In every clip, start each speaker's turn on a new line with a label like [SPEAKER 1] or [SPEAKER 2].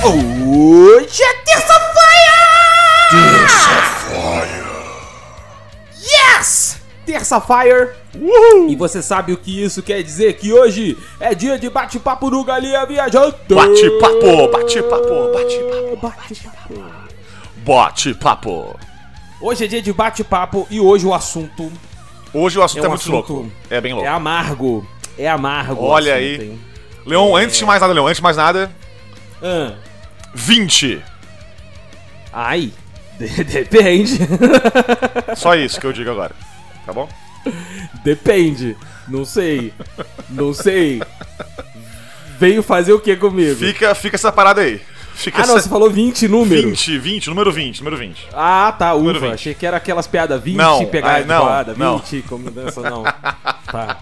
[SPEAKER 1] Hoje é terça-feira! Yes! Terça Fire! E você sabe o que isso quer dizer? Que hoje é dia de bate-papo no Galinha Viajante!
[SPEAKER 2] Bate-papo, bate-papo, bate-papo,
[SPEAKER 1] Bate-papo!
[SPEAKER 2] bate-papo.
[SPEAKER 1] Hoje é dia de bate-papo e hoje o assunto
[SPEAKER 2] Hoje o assunto
[SPEAKER 1] É
[SPEAKER 2] é,
[SPEAKER 1] um
[SPEAKER 2] muito
[SPEAKER 1] assunto-
[SPEAKER 2] louco. É bem
[SPEAKER 1] é
[SPEAKER 2] louco.
[SPEAKER 1] amargo. É amargo. o
[SPEAKER 2] Olha
[SPEAKER 1] assunto,
[SPEAKER 2] aí.
[SPEAKER 1] hein?
[SPEAKER 2] Leon, antes de mais nada, Leon, antes de mais nada,
[SPEAKER 1] Ah,
[SPEAKER 2] 20.
[SPEAKER 1] ai, de- depende.
[SPEAKER 2] Só isso que eu digo agora. Tá bom?
[SPEAKER 1] Depende. Não sei. Não sei. Veio fazer o que comigo?
[SPEAKER 2] Fica, fica essa parada aí. Fica
[SPEAKER 1] Ah, não, você
[SPEAKER 2] essa...
[SPEAKER 1] falou 20 números.
[SPEAKER 2] 20, 20, número 20, número 20.
[SPEAKER 1] Ah, tá, uva.
[SPEAKER 2] Número 20.
[SPEAKER 1] Achei que era aquelas piadas 20,
[SPEAKER 2] Não,
[SPEAKER 1] pegar
[SPEAKER 2] ah,
[SPEAKER 1] de
[SPEAKER 2] não,
[SPEAKER 1] balada,
[SPEAKER 2] não.
[SPEAKER 1] 20, como dança, não. Tá.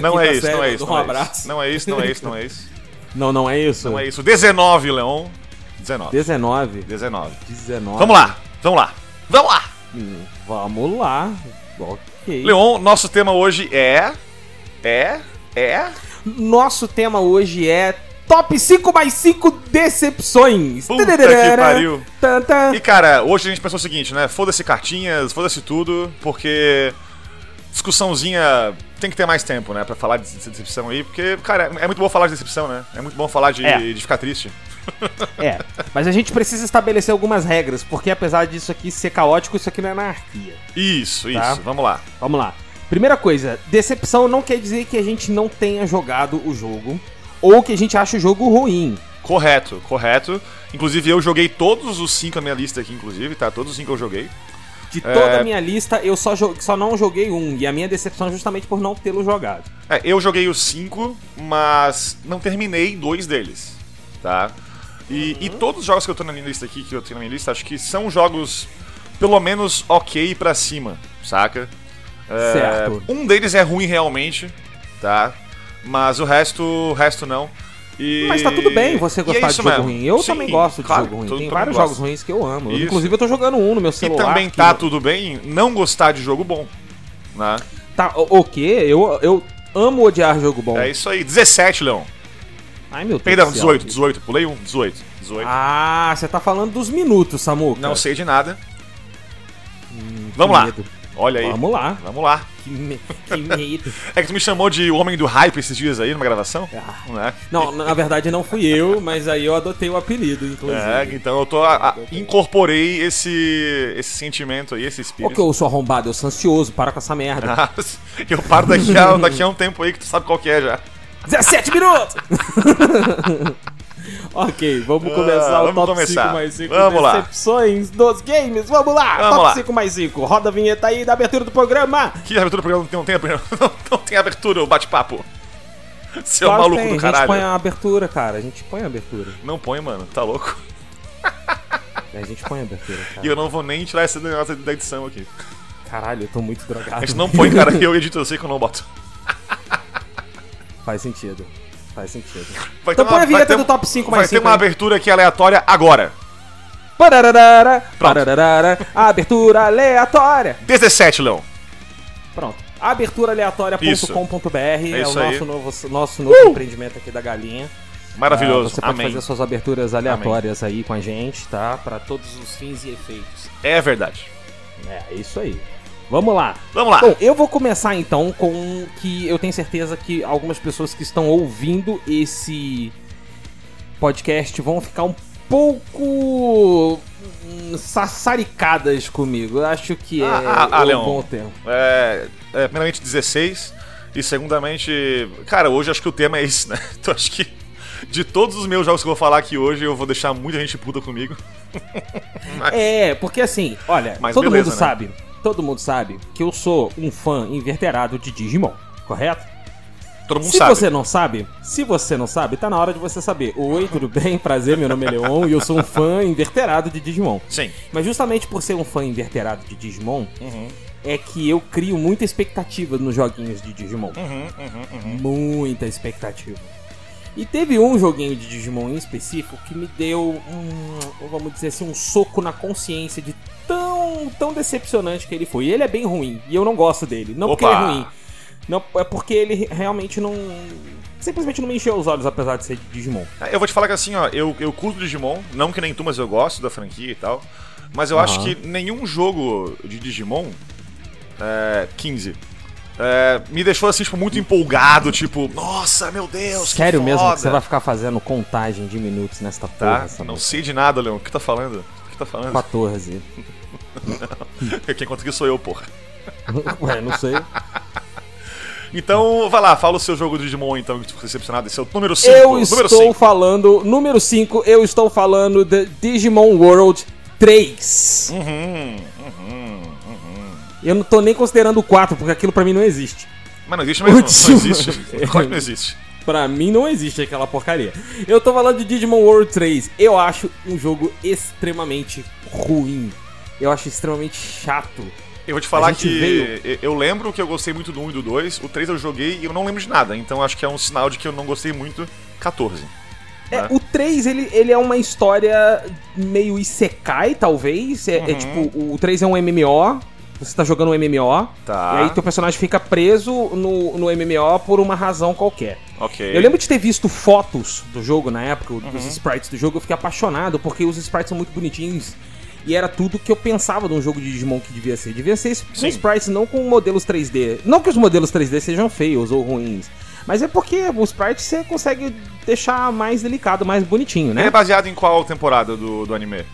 [SPEAKER 2] Não
[SPEAKER 1] Quinta
[SPEAKER 2] é isso,
[SPEAKER 1] série,
[SPEAKER 2] não é
[SPEAKER 1] eu
[SPEAKER 2] isso.
[SPEAKER 1] dou
[SPEAKER 2] Não
[SPEAKER 1] um
[SPEAKER 2] é
[SPEAKER 1] abraço.
[SPEAKER 2] isso, não é isso, não é isso, não é isso.
[SPEAKER 1] Não, não é isso.
[SPEAKER 2] Não é isso. 19, Leon. 19.
[SPEAKER 1] 19,
[SPEAKER 2] 19.
[SPEAKER 1] 19.
[SPEAKER 2] Vamos lá, vamos lá, vamos lá.
[SPEAKER 1] Hum, Vamos lá. Ok.
[SPEAKER 2] Leon, nosso tema hoje é. É. É.
[SPEAKER 1] Nosso tema hoje é Top 5 mais 5 decepções.
[SPEAKER 2] Puta que pariu.
[SPEAKER 1] Tan, tan.
[SPEAKER 2] E cara, hoje a gente pensou o seguinte, né? Foda-se cartinhas, foda-se tudo, porque discussãozinha tem que ter mais tempo, né? Pra falar de de decepção aí, porque, cara, é muito bom falar de decepção, né? É muito bom falar de,
[SPEAKER 1] É.
[SPEAKER 2] de ficar triste.
[SPEAKER 1] É, mas a gente precisa estabelecer algumas regras, porque apesar disso aqui ser caótico, isso aqui não é anarquia.
[SPEAKER 2] Isso,
[SPEAKER 1] Tá.
[SPEAKER 2] isso, vamos lá.
[SPEAKER 1] Vamos lá. Primeira coisa, decepção não quer dizer que a gente não tenha jogado o jogo ou que a gente acha o jogo ruim.
[SPEAKER 2] Correto, correto. Inclusive, eu joguei todos os cinco na minha lista aqui, inclusive, tá? Todos os cinco eu joguei.
[SPEAKER 1] De toda
[SPEAKER 2] É.
[SPEAKER 1] a minha lista, eu só, jo- só não joguei um, e a minha decepção é justamente por não tê-lo jogado.
[SPEAKER 2] É, eu joguei os cinco, mas não terminei dois deles, tá? E,
[SPEAKER 1] Uhum.
[SPEAKER 2] e todos os jogos que eu tô na minha lista aqui, que eu tenho na minha lista, acho que são jogos pelo menos ok pra cima, saca? É,
[SPEAKER 1] Certo.
[SPEAKER 2] Um deles é ruim realmente, tá? Mas o resto, o resto não. E-
[SPEAKER 1] Mas tá tudo bem você
[SPEAKER 2] e é
[SPEAKER 1] gostar de
[SPEAKER 2] isso
[SPEAKER 1] jogo
[SPEAKER 2] mesmo.
[SPEAKER 1] ruim. Eu
[SPEAKER 2] Sim,
[SPEAKER 1] também gosto de
[SPEAKER 2] claro,
[SPEAKER 1] jogo ruim.
[SPEAKER 2] todo-
[SPEAKER 1] Tem
[SPEAKER 2] todo
[SPEAKER 1] vários
[SPEAKER 2] mundo
[SPEAKER 1] jogos
[SPEAKER 2] gosta.
[SPEAKER 1] ruins que eu amo.
[SPEAKER 2] Isso.
[SPEAKER 1] Inclusive, eu tô jogando um no meu
[SPEAKER 2] E
[SPEAKER 1] celular.
[SPEAKER 2] também
[SPEAKER 1] que-
[SPEAKER 2] tá tudo bem não gostar de jogo bom, né?
[SPEAKER 1] Tá, o, o quê? Eu, eu amo odiar jogo bom.
[SPEAKER 2] É isso aí. 17, Leon.
[SPEAKER 1] Ai, meu Deus.
[SPEAKER 2] Perdão,
[SPEAKER 1] do céu.
[SPEAKER 2] 18, 18. Pulei um, 18, 18.
[SPEAKER 1] Ah, você tá falando dos minutos, Samuca.
[SPEAKER 2] Não sei de nada. Hum, Vamos lá.
[SPEAKER 1] medo.
[SPEAKER 2] Olha aí.
[SPEAKER 1] Vamos lá.
[SPEAKER 2] Vamos lá.
[SPEAKER 1] Que, me... que medo.
[SPEAKER 2] É que tu me chamou de o homem do hype esses dias aí numa gravação?
[SPEAKER 1] Ah.
[SPEAKER 2] Né?
[SPEAKER 1] Não, na verdade não fui eu, mas aí eu adotei o apelido,
[SPEAKER 2] É,
[SPEAKER 1] inclusive.
[SPEAKER 2] então eu tô. a- a- incorporei esse, esse sentimento aí, esse
[SPEAKER 1] Pô,
[SPEAKER 2] espírito.
[SPEAKER 1] que eu sou arrombado, eu sou ansioso, para com essa merda.
[SPEAKER 2] Ah. eu paro daqui a, daqui a um tempo aí que tu sabe qual que é já.
[SPEAKER 1] 17 minutos! ok, vamos
[SPEAKER 2] Ah,
[SPEAKER 1] começar o
[SPEAKER 2] vamos
[SPEAKER 1] top
[SPEAKER 2] começar.
[SPEAKER 1] 5 mais 5
[SPEAKER 2] Vamos lá.
[SPEAKER 1] decepções dos games. Vamos lá!
[SPEAKER 2] Vamos
[SPEAKER 1] top
[SPEAKER 2] lá.
[SPEAKER 1] 5 mais 5. Roda a vinheta aí da abertura do programa.
[SPEAKER 2] Que abertura do programa não tem, não tem abertura, não, tem abertura, o bate-papo. Seu
[SPEAKER 1] Claro que
[SPEAKER 2] um maluco
[SPEAKER 1] tem,
[SPEAKER 2] do
[SPEAKER 1] A gente
[SPEAKER 2] caralho.
[SPEAKER 1] põe a abertura, cara. A gente põe a abertura.
[SPEAKER 2] Não põe, mano, tá louco.
[SPEAKER 1] A gente põe a abertura,
[SPEAKER 2] E
[SPEAKER 1] cara.
[SPEAKER 2] eu não vou nem tirar essa negócio da edição aqui.
[SPEAKER 1] Caralho, eu tô muito drogado.
[SPEAKER 2] A gente não põe, cara, eu edito, eu sei que eu não boto.
[SPEAKER 1] Faz sentido. Faz sentido.
[SPEAKER 2] Vai
[SPEAKER 1] Então
[SPEAKER 2] ter
[SPEAKER 1] põe a
[SPEAKER 2] vai
[SPEAKER 1] vinheta
[SPEAKER 2] ter
[SPEAKER 1] do top 5 mais
[SPEAKER 2] Vai ter
[SPEAKER 1] 5
[SPEAKER 2] uma
[SPEAKER 1] aí.
[SPEAKER 2] abertura aqui aleatória agora.
[SPEAKER 1] Parararara,
[SPEAKER 2] Pronto.
[SPEAKER 1] parararara, abertura aleatória.
[SPEAKER 2] 17, Leon.
[SPEAKER 1] Pronto. Aberturaaleatória.com.br é, o
[SPEAKER 2] isso aí.
[SPEAKER 1] nosso
[SPEAKER 2] Uh!
[SPEAKER 1] novo, nosso novo empreendimento aqui da Galinha. Ah,
[SPEAKER 2] Maravilhoso.
[SPEAKER 1] Você pode
[SPEAKER 2] Amém.
[SPEAKER 1] fazer suas aberturas aleatórias aí com a gente, tá? Pra todos os fins e efeitos.
[SPEAKER 2] É verdade.
[SPEAKER 1] É, isso aí. Vamos lá.
[SPEAKER 2] Vamos lá.
[SPEAKER 1] Ah. Bom, eu vou começar então com que eu tenho certeza que algumas pessoas que estão ouvindo esse podcast vão ficar um pouco hum, sassaricadas comigo. Eu acho que é
[SPEAKER 2] Ah, ah, ah,
[SPEAKER 1] um
[SPEAKER 2] Leon.
[SPEAKER 1] bom tempo.
[SPEAKER 2] É, é, primeiramente 16 e segundamente, cara, hoje acho que o tema é esse, né? Então acho que de todos os meus jogos que eu vou falar aqui hoje, eu vou deixar muita gente puta comigo.
[SPEAKER 1] É, porque assim, olha,
[SPEAKER 2] Ah. Mas
[SPEAKER 1] todo
[SPEAKER 2] beleza,
[SPEAKER 1] mundo
[SPEAKER 2] né?
[SPEAKER 1] sabe, todo mundo sabe que eu sou um fã inverterado de Digimon, correto?
[SPEAKER 2] Todo mundo
[SPEAKER 1] se
[SPEAKER 2] sabe.
[SPEAKER 1] você não sabe, se você não sabe, tá na hora de você saber. Oi, tudo bem? Prazer, meu nome é Leon e eu sou um fã inverterado de Digimon.
[SPEAKER 2] Sim.
[SPEAKER 1] Mas justamente por ser um fã inverterado de Digimon,
[SPEAKER 2] Uhum.
[SPEAKER 1] é que eu crio muita expectativa nos joguinhos de Digimon.
[SPEAKER 2] Uhum,
[SPEAKER 1] Muita expectativa. E teve um joguinho de Digimon em específico que me deu um, vamos dizer assim, um soco na consciência de tão, tão decepcionante que ele foi. E ele é bem ruim, e eu não gosto dele. Não porque ele
[SPEAKER 2] Opa!
[SPEAKER 1] é ruim, Não, é porque ele realmente não. Simplesmente não me encheu os olhos, apesar de ser de Digimon.
[SPEAKER 2] Eu vou te falar que assim, ó, eu, eu curto Digimon, não que nem tu, mas eu gosto da franquia e tal. Mas eu acho que nenhum jogo de Digimon é, 15. é, me deixou assim, tipo, muito empolgado, tipo, nossa, meu Deus, que
[SPEAKER 1] Sério mesmo
[SPEAKER 2] foda."
[SPEAKER 1] que você vai ficar fazendo contagem de minutos nesta porra?
[SPEAKER 2] Tá?
[SPEAKER 1] essa
[SPEAKER 2] Não
[SPEAKER 1] noite?
[SPEAKER 2] sei de nada, Leon. O que tá falando? O que tá falando?
[SPEAKER 1] 14.
[SPEAKER 2] Quem conta aqui sou eu, porra.
[SPEAKER 1] Ué, não sei.
[SPEAKER 2] Então, vai lá, fala o seu jogo do Digimon, então, que tu ficou decepcionado. Esse é o número 5.
[SPEAKER 1] Eu
[SPEAKER 2] número
[SPEAKER 1] estou
[SPEAKER 2] cinco.
[SPEAKER 1] falando, número 5, eu estou falando de Digimon World 3.
[SPEAKER 2] Uhum, uhum, uhum.
[SPEAKER 1] Eu não tô nem considerando o 4, porque aquilo pra mim não existe.
[SPEAKER 2] Mas não existe mesmo. Não
[SPEAKER 1] Último.
[SPEAKER 2] existe. Claro que não existe.
[SPEAKER 1] Pra mim não existe aquela porcaria. Eu tô falando de Digimon World 3. Eu acho um jogo extremamente ruim. Eu acho extremamente chato.
[SPEAKER 2] Eu vou te falar
[SPEAKER 1] gente
[SPEAKER 2] que
[SPEAKER 1] veio-
[SPEAKER 2] eu lembro que eu gostei muito do 1 e do 2, o 3 eu joguei e eu não lembro de nada, então acho que é um sinal de que eu não gostei muito. 14.
[SPEAKER 1] É,
[SPEAKER 2] Ah.
[SPEAKER 1] O 3, ele, ele é uma história meio isekai, talvez. É, é tipo, o 3 é um MMO. Você tá jogando um MMO.
[SPEAKER 2] Tá.
[SPEAKER 1] E aí teu personagem fica preso no, no MMO por uma razão qualquer.
[SPEAKER 2] Ok.
[SPEAKER 1] Eu lembro de ter visto fotos do jogo na época,
[SPEAKER 2] Uhum.
[SPEAKER 1] dos sprites do jogo, eu fiquei apaixonado, porque os sprites são muito bonitinhos. E era tudo que eu pensava de um jogo de Digimon que devia ser. Devia ser com
[SPEAKER 2] Sim.
[SPEAKER 1] sprites, não com modelos 3D. Não que os modelos 3D sejam feios ou ruins. Mas é porque os sprites você consegue deixar mais delicado, mais bonitinho,
[SPEAKER 2] Ele é
[SPEAKER 1] né?
[SPEAKER 2] baseado em qual temporada do, do anime?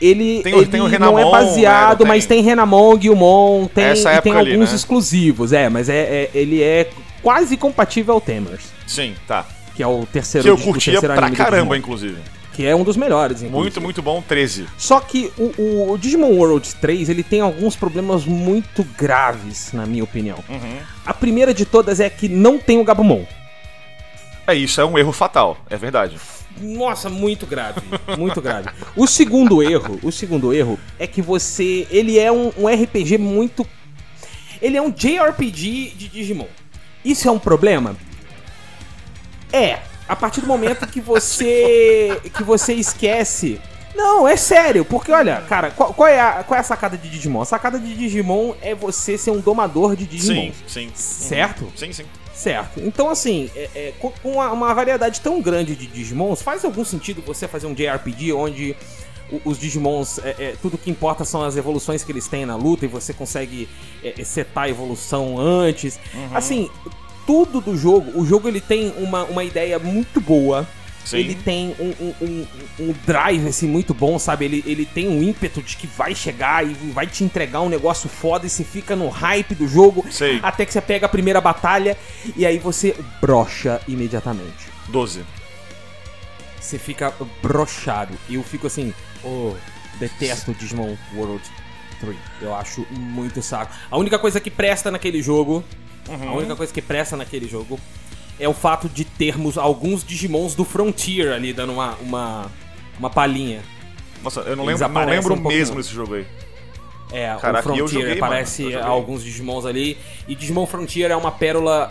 [SPEAKER 1] Ele,
[SPEAKER 2] Tem o-
[SPEAKER 1] ele
[SPEAKER 2] tem o
[SPEAKER 1] não é
[SPEAKER 2] Renamon, né? Não
[SPEAKER 1] baseado,
[SPEAKER 2] tem-
[SPEAKER 1] mas tem Renamon, Guilmon, tem,
[SPEAKER 2] Essa
[SPEAKER 1] e tem
[SPEAKER 2] época ali,
[SPEAKER 1] alguns
[SPEAKER 2] né?
[SPEAKER 1] exclusivos. É, mas é, é- ele é quase compatível ao Tamers,
[SPEAKER 2] Sim, tá.
[SPEAKER 1] que é o terceiro
[SPEAKER 2] Que eu
[SPEAKER 1] o
[SPEAKER 2] curtia
[SPEAKER 1] terceiro
[SPEAKER 2] pra
[SPEAKER 1] anime do Digimon.
[SPEAKER 2] caramba, inclusive.
[SPEAKER 1] que é um dos melhores, inclusive.
[SPEAKER 2] Muito, muito bom, 13.
[SPEAKER 1] Só que o, o- o Digimon World 3, ele tem alguns problemas muito graves, na minha opinião.
[SPEAKER 2] Uhum.
[SPEAKER 1] A primeira de todas é que não tem o Gabumon.
[SPEAKER 2] É isso, é um erro fatal, é verdade.
[SPEAKER 1] Nossa, muito grave, muito grave. O segundo erro, o segundo erro é que você, ele é um, um RPG muito, ele é um JRPG de Digimon. Isso é um problema? É. A partir do momento que você que você esquece, não, é sério, porque olha, cara, qual, qual é a, qual é a sacada de Digimon? A sacada de Digimon é você ser um domador de Digimon.
[SPEAKER 2] Sim, sim.
[SPEAKER 1] Certo?
[SPEAKER 2] Uhum. Sim, sim.
[SPEAKER 1] Certo. Então, assim, é- é, com com uma, uma variedade tão grande de Digimons, faz algum sentido você fazer um JRPG onde o- os Digimons, é, é, tudo que importa são as evoluções que eles têm na luta e você consegue é, é, setar a evolução antes? Assim, tudo do jogo, o jogo ele tem uma, uma ideia muito boa.
[SPEAKER 2] Sim.
[SPEAKER 1] Ele tem um, um- um- um drive assim, muito bom, sabe? Ele, ele tem um ímpeto de que vai chegar e vai te entregar um negócio foda e você fica no hype do jogo.
[SPEAKER 2] Sei.
[SPEAKER 1] Até que você pega a primeira batalha e aí você brocha imediatamente.
[SPEAKER 2] 12.
[SPEAKER 1] Você fica brochado. E eu fico assim, oh, detesto Digimon World 3. Eu acho muito saco. A única coisa que presta naquele jogo, a única coisa que presta naquele jogo é o fato de termos alguns Digimons do Frontier ali dando uma uma, uma palhinha.
[SPEAKER 2] Nossa, eu não
[SPEAKER 1] Eles
[SPEAKER 2] lembro, não
[SPEAKER 1] aparecem
[SPEAKER 2] lembro
[SPEAKER 1] um pouquinho.
[SPEAKER 2] mesmo esse jogo aí.
[SPEAKER 1] É,
[SPEAKER 2] Caraca,
[SPEAKER 1] o
[SPEAKER 2] e eu
[SPEAKER 1] Frontier
[SPEAKER 2] joguei, mano.
[SPEAKER 1] aparece
[SPEAKER 2] Eu joguei.
[SPEAKER 1] alguns Digimons ali. E Digimon Frontier é uma pérola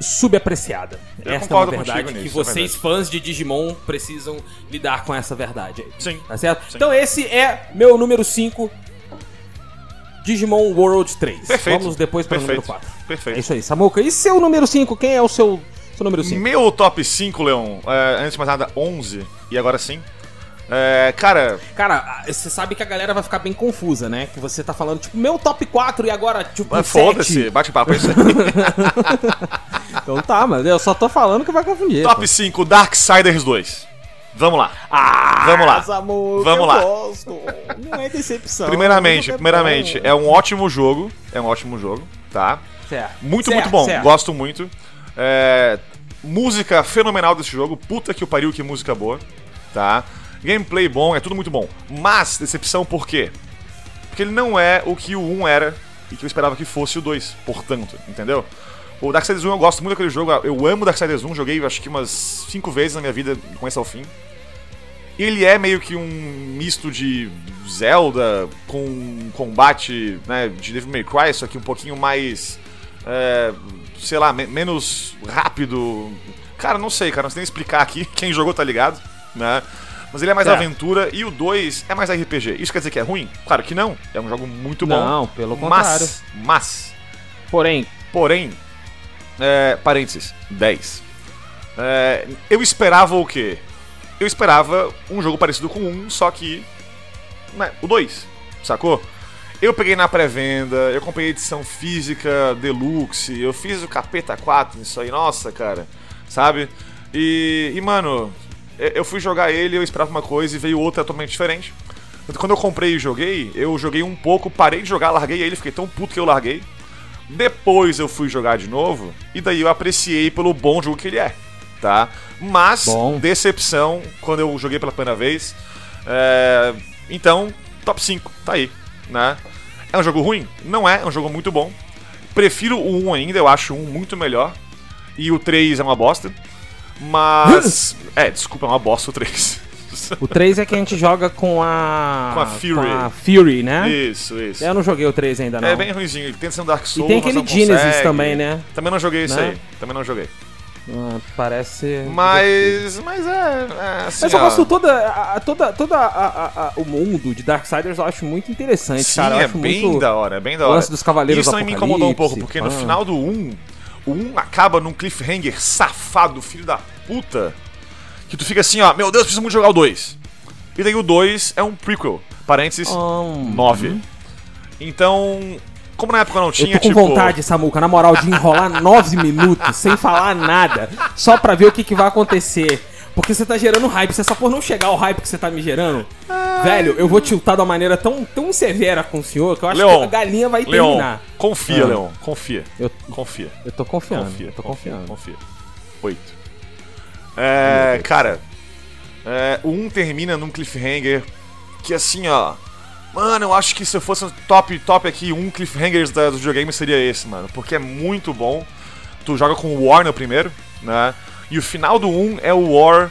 [SPEAKER 1] subapreciada.
[SPEAKER 2] Eu
[SPEAKER 1] essa é uma
[SPEAKER 2] concordo
[SPEAKER 1] verdade
[SPEAKER 2] contigo
[SPEAKER 1] que
[SPEAKER 2] nisso, é
[SPEAKER 1] vocês,
[SPEAKER 2] verdade.
[SPEAKER 1] fãs de Digimon, precisam lidar com essa verdade aí.
[SPEAKER 2] Sim.
[SPEAKER 1] Tá certo?
[SPEAKER 2] Sim.
[SPEAKER 1] Então esse é meu número 5. Digimon World 3.
[SPEAKER 2] Perfeito.
[SPEAKER 1] Vamos depois para o número
[SPEAKER 2] Perfeito.
[SPEAKER 1] 4.
[SPEAKER 2] Perfeito.
[SPEAKER 1] É isso aí, Samuca. E seu número 5? Quem é o seu, seu número 5?
[SPEAKER 2] Meu top 5, Leon, é, antes de mais nada, 11. E agora sim. É, cara,
[SPEAKER 1] Cara, ah, você sabe que a galera vai ficar bem confusa, né? Que você tá falando, tipo, meu top 4 e agora, tipo,
[SPEAKER 2] ah,
[SPEAKER 1] sete.
[SPEAKER 2] foda-se, bate papo. é isso aí.
[SPEAKER 1] Então tá, mas eu só tô falando que vai confundir.
[SPEAKER 2] top 5, Darksiders 2. Vamos lá.
[SPEAKER 1] Ah,
[SPEAKER 2] Vamos lá.
[SPEAKER 1] Samuca,
[SPEAKER 2] Vamos
[SPEAKER 1] eu
[SPEAKER 2] lá.
[SPEAKER 1] gosto. Não é decepção.
[SPEAKER 2] Primeiramente,
[SPEAKER 1] Mas é
[SPEAKER 2] primeiramente,
[SPEAKER 1] bom.
[SPEAKER 2] é um ótimo jogo. É um ótimo jogo, tá?
[SPEAKER 1] Certo.
[SPEAKER 2] Muito,
[SPEAKER 1] Certo,
[SPEAKER 2] muito bom.
[SPEAKER 1] certo.
[SPEAKER 2] Gosto muito. É, música fenomenal desse jogo. Puta que o pariu, que música boa. Tá? Gameplay bom, é tudo muito bom. Mas, decepção por quê? Porque ele não é o que o 1 era e que eu esperava que fosse o 2, portanto, entendeu? O Darksiders 1 eu gosto muito daquele jogo, eu amo Darksiders 1, joguei acho que umas 5 vezes na minha vida, do começo ao fim. Ele é meio que um misto de Zelda com um combate né, de Devil May Cry, só que um pouquinho mais. é, sei lá, me- menos rápido. Cara, não sei, cara, não sei nem explicar aqui. Quem jogou tá ligado, né? Mas ele é mais
[SPEAKER 1] É.
[SPEAKER 2] aventura e o 2 é mais RPG. Isso quer dizer que é ruim? Claro que não. É um jogo muito bom.
[SPEAKER 1] Não, pelo
[SPEAKER 2] mas,
[SPEAKER 1] contrário.
[SPEAKER 2] Mas,
[SPEAKER 1] Porém,
[SPEAKER 2] Porém, é, parênteses, 10. É, eu esperava o quê? Eu esperava um jogo parecido com um, só que. né, o 2, sacou? Eu peguei na pré-venda, eu comprei a edição física deluxe, eu fiz o capeta 4 nisso aí, nossa, cara, sabe? E, e, mano, eu eu fui jogar ele, eu esperava uma coisa e veio outra totalmente diferente. Quando eu comprei e joguei, eu joguei um pouco, parei de jogar, larguei ele, fiquei tão puto que eu larguei. Depois eu fui jogar de novo e daí eu apreciei pelo bom jogo que ele é, tá? Mas
[SPEAKER 1] Bom.
[SPEAKER 2] decepção quando eu joguei pela primeira vez. É, Então, top 5, tá aí, né? É um jogo ruim? Não é, é um jogo muito bom. Prefiro o 1 ainda, eu acho o 1 muito melhor. E o 3 é uma bosta. Mas. é, desculpa, é uma bosta o 3.
[SPEAKER 1] O 3 é que a gente joga com a.
[SPEAKER 2] Com a Fury.
[SPEAKER 1] a Fury, né?
[SPEAKER 2] Isso, isso.
[SPEAKER 1] Eu não joguei o 3 ainda, não.
[SPEAKER 2] É bem ruimzinho, ele tenta ser um Dark Souls.
[SPEAKER 1] E tem aquele
[SPEAKER 2] mas não
[SPEAKER 1] Genesis
[SPEAKER 2] consegue.
[SPEAKER 1] também, né?
[SPEAKER 2] Também não joguei isso
[SPEAKER 1] Né?
[SPEAKER 2] aí. Também não joguei.
[SPEAKER 1] Ah, Parece.
[SPEAKER 2] Mas. Mas é. é assim,
[SPEAKER 1] Mas eu
[SPEAKER 2] ó.
[SPEAKER 1] gosto toda, a- a- toda, toda a- a- a- o mundo de Darksiders, eu acho muito interessante,
[SPEAKER 2] Sim,
[SPEAKER 1] cara. Eu
[SPEAKER 2] é
[SPEAKER 1] acho
[SPEAKER 2] bem
[SPEAKER 1] muito...
[SPEAKER 2] da hora, é bem da
[SPEAKER 1] o
[SPEAKER 2] hora.
[SPEAKER 1] lance dos Cavaleiros
[SPEAKER 2] Isso também me incomodou um pouco,
[SPEAKER 1] Apocalipse,
[SPEAKER 2] porque no
[SPEAKER 1] pá.
[SPEAKER 2] final do 1, o 1 acaba num cliffhanger safado, filho da puta, que tu fica assim, ó, meu Deus, preciso muito jogar o 2. E daí o 2 é um prequel, parênteses,
[SPEAKER 1] Hum,
[SPEAKER 2] 9. Então, como na época não tinha,
[SPEAKER 1] eu tô com
[SPEAKER 2] tipo...
[SPEAKER 1] vontade, Samuca, na moral, de enrolar nove minutos sem falar nada, só pra ver o que, que vai acontecer. Porque você tá gerando hype, se essa porra não chegar ao hype que você tá me gerando, velho, eu vou tiltar de uma maneira tão, tão severa com o senhor que eu acho que
[SPEAKER 2] Leon,
[SPEAKER 1] a galinha vai
[SPEAKER 2] Leon,
[SPEAKER 1] terminar.
[SPEAKER 2] confia,
[SPEAKER 1] Ah.
[SPEAKER 2] Leon, confia,
[SPEAKER 1] Eu,
[SPEAKER 2] confia.
[SPEAKER 1] eu tô confiando,
[SPEAKER 2] Confia,
[SPEAKER 1] eu tô
[SPEAKER 2] confia,
[SPEAKER 1] confiando.
[SPEAKER 2] confia. Oito. É, cara, é, o 1 termina num cliffhanger que assim, ó. Mano, eu acho que se eu fosse um top, top aqui, um cliffhangers da, do videogame seria esse, mano. Porque é muito bom. Tu joga com o War no primeiro, né? E o final do 1 é o War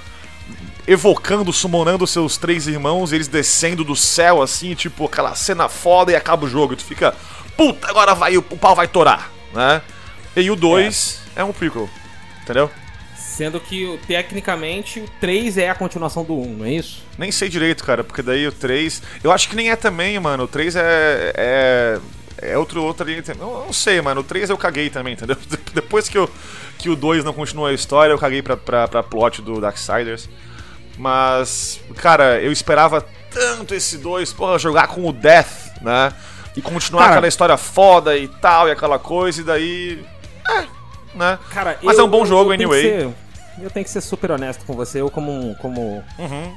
[SPEAKER 2] evocando, summonando seus três irmãos, eles descendo do céu, assim, tipo, aquela cena foda e acaba o jogo. E tu fica, puta, agora vai, o pau vai torar, né? E o 2 é. um prequel, entendeu?
[SPEAKER 1] Sendo que, tecnicamente, o 3 é a continuação do 1, não é isso?
[SPEAKER 2] Nem sei direito, cara, porque daí o 3. Eu acho que nem é também, mano. O 3 é. É, é outro, outra linha. também. Eu não sei, mano. O 3 eu caguei também, entendeu? Depois que, eu, que o 2 não continua a história, eu caguei pra, pra, pra plot do Darksiders. Mas, cara, eu esperava tanto esse 2, porra, jogar com o Death, né? E continuar
[SPEAKER 1] Cara-
[SPEAKER 2] aquela história foda e tal, e aquela coisa, e daí. É, né?
[SPEAKER 1] Cara,
[SPEAKER 2] Mas é um bom jogo,
[SPEAKER 1] tenho
[SPEAKER 2] anyway.
[SPEAKER 1] que ser- eu tenho que ser super honesto com você. Eu, como, como
[SPEAKER 2] Uhum.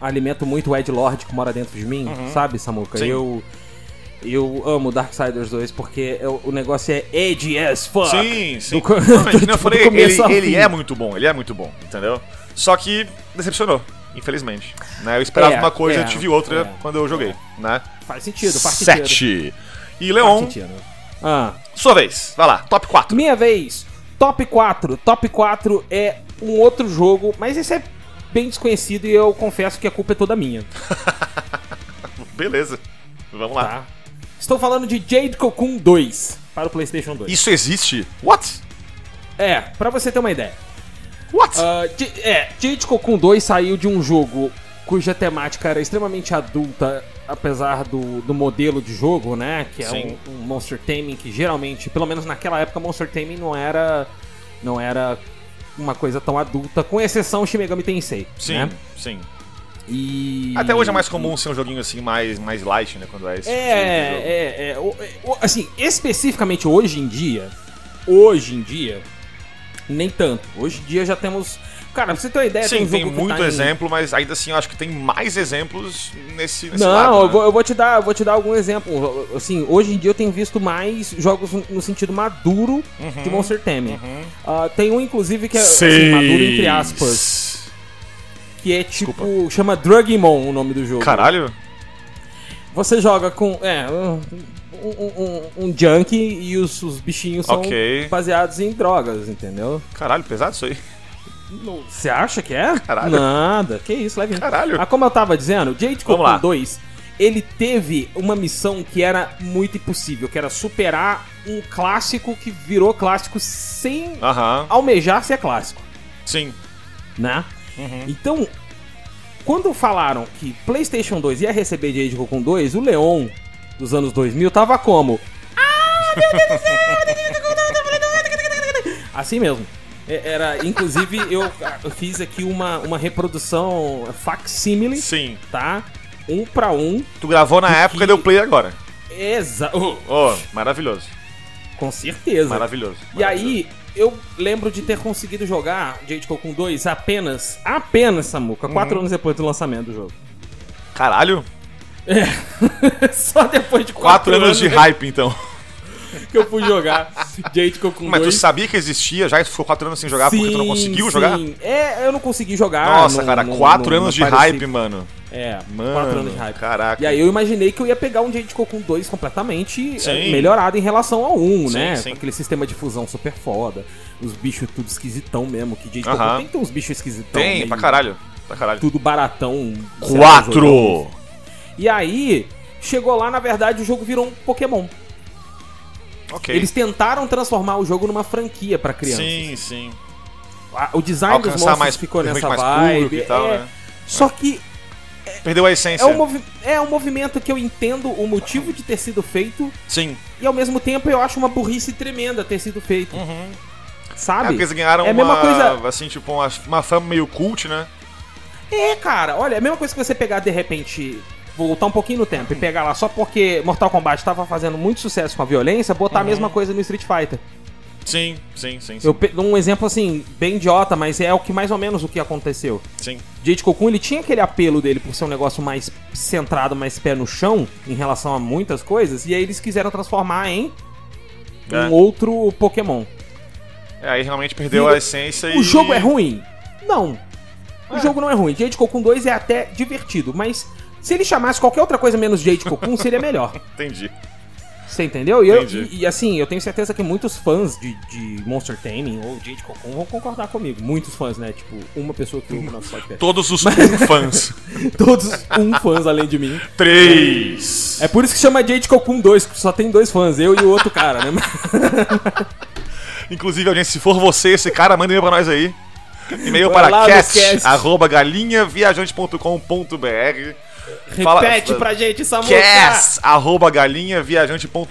[SPEAKER 1] alimento muito o Ed Lord que mora dentro de mim, sabe, Samuca?
[SPEAKER 2] Sim.
[SPEAKER 1] Eu, eu amo Darksiders 2 porque é- o negócio é edgy as fuck.
[SPEAKER 2] Sim, sim.
[SPEAKER 1] Do co-
[SPEAKER 2] Não, mas que nem eu
[SPEAKER 1] do
[SPEAKER 2] falei,
[SPEAKER 1] começo
[SPEAKER 2] ele,
[SPEAKER 1] ao
[SPEAKER 2] ele
[SPEAKER 1] fim.
[SPEAKER 2] é muito bom, ele é muito bom, entendeu? Só que decepcionou, infelizmente. Né? Eu esperava
[SPEAKER 1] É,
[SPEAKER 2] uma coisa,
[SPEAKER 1] é,
[SPEAKER 2] eu tive outra
[SPEAKER 1] é,
[SPEAKER 2] quando eu joguei, né?
[SPEAKER 1] Faz sentido, faz sentido.
[SPEAKER 2] Sete. E
[SPEAKER 1] Faz
[SPEAKER 2] Leon,
[SPEAKER 1] sentido. Ah,
[SPEAKER 2] sua vez. Vai lá, top 4.
[SPEAKER 1] minha vez, top 4. Top 4 é um outro jogo, mas esse é bem desconhecido e eu confesso que a culpa é toda minha.
[SPEAKER 2] Beleza. Vamos lá.
[SPEAKER 1] Tá. Estou falando de Jade Cocoon 2 para o PlayStation 2.
[SPEAKER 2] Isso existe? What?
[SPEAKER 1] É, pra você ter uma ideia.
[SPEAKER 2] What?
[SPEAKER 1] Ah, J- é, Jade Cocoon 2 saiu de um jogo cuja temática era extremamente adulta, apesar do, do modelo de jogo, né? Que é um,
[SPEAKER 2] Sim.
[SPEAKER 1] um Monster Taming que geralmente, pelo menos naquela época, Monster Taming não era, não era uma coisa tão adulta, com exceção Shin Megami Tensei.
[SPEAKER 2] sim,
[SPEAKER 1] né?
[SPEAKER 2] sim.
[SPEAKER 1] E...
[SPEAKER 2] Até hoje é mais comum ser um joguinho assim, mais, mais light, né? Quando é esse tipo de jogo.
[SPEAKER 1] É, é, é. O- o- assim, especificamente hoje em dia, hoje em dia, nem tanto. Hoje em dia já temos. Cara, pra você ter uma ideia,
[SPEAKER 2] Sim,
[SPEAKER 1] um
[SPEAKER 2] tem
[SPEAKER 1] jogo que
[SPEAKER 2] muito
[SPEAKER 1] tá em-
[SPEAKER 2] exemplo, mas ainda assim eu acho que tem mais exemplos nesse, nesse
[SPEAKER 1] Não,
[SPEAKER 2] lado.
[SPEAKER 1] eu,
[SPEAKER 2] né?
[SPEAKER 1] vou, eu vou te dar, eu vou te dar algum exemplo. Assim, hoje em dia eu tenho visto mais jogos no sentido maduro
[SPEAKER 2] Uhum.
[SPEAKER 1] de Monster Temer. tem um, inclusive, que é assim, maduro entre aspas, que é tipo. chama Drugmon o nome do jogo.
[SPEAKER 2] Caralho?
[SPEAKER 1] Você joga com. É. Um, um, um, um junk e os, os bichinhos são
[SPEAKER 2] Ok.
[SPEAKER 1] baseados em drogas, entendeu?
[SPEAKER 2] Caralho, pesado isso aí.
[SPEAKER 1] Você acha que é?
[SPEAKER 2] Caralho.
[SPEAKER 1] Nada. Que isso, levinho.
[SPEAKER 2] Caralho.
[SPEAKER 1] Ah, como eu tava dizendo, Jade
[SPEAKER 2] Vamos lá.
[SPEAKER 1] Cocoon 2, ele teve uma missão que era muito impossível, que era superar um clássico que virou clássico sem
[SPEAKER 2] Aham,
[SPEAKER 1] almejar ser clássico,
[SPEAKER 2] sim.
[SPEAKER 1] né? Então, quando falaram que PlayStation 2 ia receber Jade Cocoon 2, Ah, o Leon dos anos 2000 tava como? Assim mesmo. É, Era, inclusive, eu eu fiz aqui uma, uma reprodução facsímile,
[SPEAKER 2] Sim.
[SPEAKER 1] tá? Um pra um.
[SPEAKER 2] Tu gravou na
[SPEAKER 1] Do
[SPEAKER 2] época
[SPEAKER 1] que-
[SPEAKER 2] e deu play agora.
[SPEAKER 1] Exa oh,
[SPEAKER 2] Ó, maravilhoso.
[SPEAKER 1] com certeza.
[SPEAKER 2] Maravilhoso.
[SPEAKER 1] E aí, eu lembro de ter conseguido jogar Jade Cocoon 2 apenas, apenas, Samuca, quatro anos depois do lançamento do jogo.
[SPEAKER 2] Caralho,
[SPEAKER 1] Só depois de quatro, né,
[SPEAKER 2] quatro anos de hype então.
[SPEAKER 1] que eu fui jogar Jade Cocoon 2.
[SPEAKER 2] Mas tu sabia que existia já e tu ficou quatro anos sem jogar porque tu não
[SPEAKER 1] Sim,
[SPEAKER 2] conseguiu
[SPEAKER 1] sim.
[SPEAKER 2] jogar?
[SPEAKER 1] É, eu não consegui jogar.
[SPEAKER 2] Nossa,
[SPEAKER 1] não-
[SPEAKER 2] cara,
[SPEAKER 1] não-
[SPEAKER 2] quatro
[SPEAKER 1] não-
[SPEAKER 2] anos
[SPEAKER 1] não
[SPEAKER 2] de
[SPEAKER 1] parecia-
[SPEAKER 2] hype, mano.
[SPEAKER 1] É,
[SPEAKER 2] Mano,
[SPEAKER 1] quatro anos de hype.
[SPEAKER 2] caraca.
[SPEAKER 1] E aí eu imaginei que eu ia pegar um Jade Cocoon 2 completamente
[SPEAKER 2] Sim.
[SPEAKER 1] eh, melhorado em relação ao 1,
[SPEAKER 2] Sim,
[SPEAKER 1] né?
[SPEAKER 2] sim.
[SPEAKER 1] Com aquele sistema de fusão super foda. Os bichos tudo esquisitão mesmo. Que Jade
[SPEAKER 2] Aham.
[SPEAKER 1] Cocoon tem que ter uns bichos esquisitão.
[SPEAKER 2] Tem,
[SPEAKER 1] meio
[SPEAKER 2] pra caralho. Pra caralho.
[SPEAKER 1] Tudo baratão. sei lá, jogão.
[SPEAKER 2] Quatro!
[SPEAKER 1] E aí, chegou lá, na verdade, o jogo virou um Pokémon.
[SPEAKER 2] Ok.
[SPEAKER 1] Eles tentaram transformar o jogo numa franquia pra criança.
[SPEAKER 2] Sim, sim.
[SPEAKER 1] A- O design dos
[SPEAKER 2] Alcançar
[SPEAKER 1] monstros
[SPEAKER 2] mais
[SPEAKER 1] ficou
[SPEAKER 2] realmente
[SPEAKER 1] nessa
[SPEAKER 2] mais
[SPEAKER 1] vibe.
[SPEAKER 2] público e tal,
[SPEAKER 1] é.
[SPEAKER 2] né?
[SPEAKER 1] Só que
[SPEAKER 2] Perdeu a
[SPEAKER 1] é
[SPEAKER 2] essência.
[SPEAKER 1] um, movi- é um movimento que eu entendo o motivo de ter sido feito
[SPEAKER 2] Sim.
[SPEAKER 1] e ao mesmo tempo eu acho uma burrice tremenda ter sido feito.
[SPEAKER 2] É
[SPEAKER 1] Sabe?
[SPEAKER 2] porque eles ganharam
[SPEAKER 1] É a
[SPEAKER 2] uma,
[SPEAKER 1] mesma coisa-
[SPEAKER 2] assim, tipo, uma, uma fama meio cult, né?
[SPEAKER 1] É, cara, olha, é a mesma coisa que você pegar de repente. Voltar um pouquinho no tempo e pegar lá só porque Mortal Kombat tava fazendo muito sucesso com a violência, botar a mesma coisa no Street Fighter.
[SPEAKER 2] Sim, sim, sim, Uhum. sim.
[SPEAKER 1] Eu pe- um exemplo assim, bem idiota, mas é o que mais ou menos o que aconteceu.
[SPEAKER 2] sim.
[SPEAKER 1] Jade Cocoon, ele tinha aquele apelo dele por ser um negócio mais centrado, mais pé no chão em relação a muitas coisas, e aí eles quiseram transformar em
[SPEAKER 2] É.
[SPEAKER 1] um outro Pokémon.
[SPEAKER 2] É, aí realmente perdeu
[SPEAKER 1] Vira-
[SPEAKER 2] a essência e...
[SPEAKER 1] O jogo é ruim? Não. O jogo não é ruim. Jade Cocoon 2 é até divertido, mas se ele chamasse qualquer outra coisa menos Jade Cocoon, seria melhor.
[SPEAKER 2] Entendi.
[SPEAKER 1] Você entendeu? E, eu-
[SPEAKER 2] Entendi.
[SPEAKER 1] e- e assim, eu tenho certeza que muitos fãs de, de Monster Taming ou Jade Cocoon vão concordar comigo. Muitos fãs, né? Tipo, uma pessoa que ouve o nosso podcast.
[SPEAKER 2] Todos os um fãs.
[SPEAKER 1] Todos um fãs além de mim.
[SPEAKER 2] Três.
[SPEAKER 1] É por isso que chama Jade Cocoon 2, porque só tem dois fãs, eu e o outro cara, né? Mas-
[SPEAKER 2] Inclusive, audiência, se for você, esse cara, manda e-mail pra nós aí. E-mail
[SPEAKER 1] Vai lá
[SPEAKER 2] para
[SPEAKER 1] no
[SPEAKER 2] cast,
[SPEAKER 1] cast.
[SPEAKER 2] arroba galinhaviajante.com.br Fala-
[SPEAKER 1] Repete pra gente, Samuca!
[SPEAKER 2] cast, arroba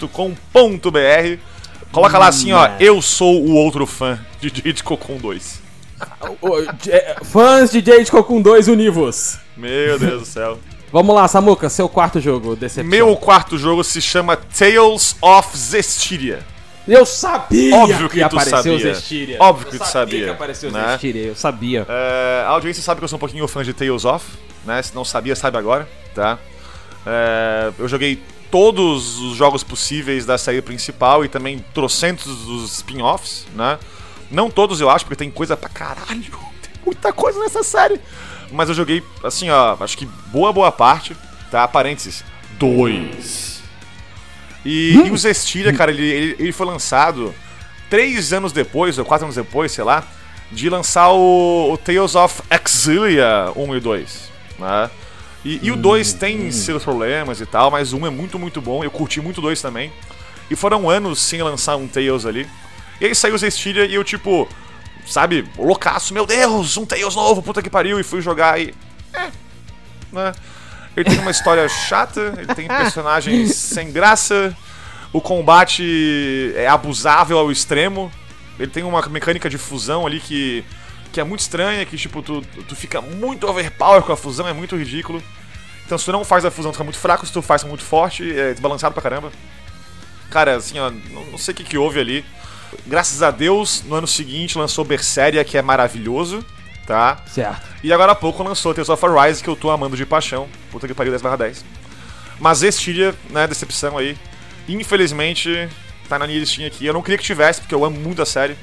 [SPEAKER 2] galinhaviajante.com.br Coloca
[SPEAKER 1] Hum,
[SPEAKER 2] lá assim,
[SPEAKER 1] é.
[SPEAKER 2] ó, eu sou o outro fã de Jade Cocum 2.
[SPEAKER 1] Ô, ô, J- é, Fãs de Jade Cocoon 2 univos!
[SPEAKER 2] Meu Deus do céu.
[SPEAKER 1] Vamos lá, Samuca, seu quarto jogo, Decepção.
[SPEAKER 2] Meu quarto jogo se chama Tales of Zestiria.
[SPEAKER 1] Eu sabia
[SPEAKER 2] Óbvio que tu
[SPEAKER 1] apareceu
[SPEAKER 2] sabia.
[SPEAKER 1] o Zestiria.
[SPEAKER 2] Óbvio que
[SPEAKER 1] eu
[SPEAKER 2] tu
[SPEAKER 1] sabia
[SPEAKER 2] sabia,
[SPEAKER 1] que apareceu o
[SPEAKER 2] né?
[SPEAKER 1] Zestiria, eu sabia.
[SPEAKER 2] É, a audiência sabe que eu sou um pouquinho fã de Tales of, né? Se não sabia, sabe agora, tá? É, eu joguei todos os jogos possíveis da série principal e também trocentos dos spin-offs, né? Não todos, eu acho, porque tem coisa pra caralho, tem muita coisa nessa série. Mas eu joguei, assim, ó, acho que boa, boa parte, tá? Parênteses, dois. E, e o Zestiria, cara, ele, ele, ele foi lançado três anos depois, ou quatro anos depois, sei lá, de lançar o, o Tales of Exilia 1 e 2. Né? E, e o 2 tem seus problemas e tal, mas um é muito, muito bom. Eu curti muito o 2 também. E foram anos sem lançar um Tales ali. E aí saiu o Zestiria e eu, tipo, sabe, loucaço, meu Deus, um Tales novo, puta que pariu, e fui jogar e. É. Né? Ele tem uma história chata, ele tem personagens sem graça, o combate é abusável ao extremo. Ele tem uma mecânica de fusão ali que, que é muito estranha, que tipo, tu, tu fica muito overpower com a fusão, é muito ridículo. Então se tu não faz a fusão, tu fica muito fraco, se tu faz, fica muito forte, é desbalançado pra caramba. Cara, assim, ó, não, não sei o que, que houve ali. Graças a Deus, no ano seguinte lançou Berseria, que é maravilhoso, tá?
[SPEAKER 1] Certo.
[SPEAKER 2] E agora há pouco lançou Tales of Arise, que eu tô amando de paixão. Puta que pariu, 10 barra 10. Mas Estilha, né, decepção aí. Infelizmente, tá na minha listinha aqui. Eu não queria que tivesse, porque eu amo muito a série.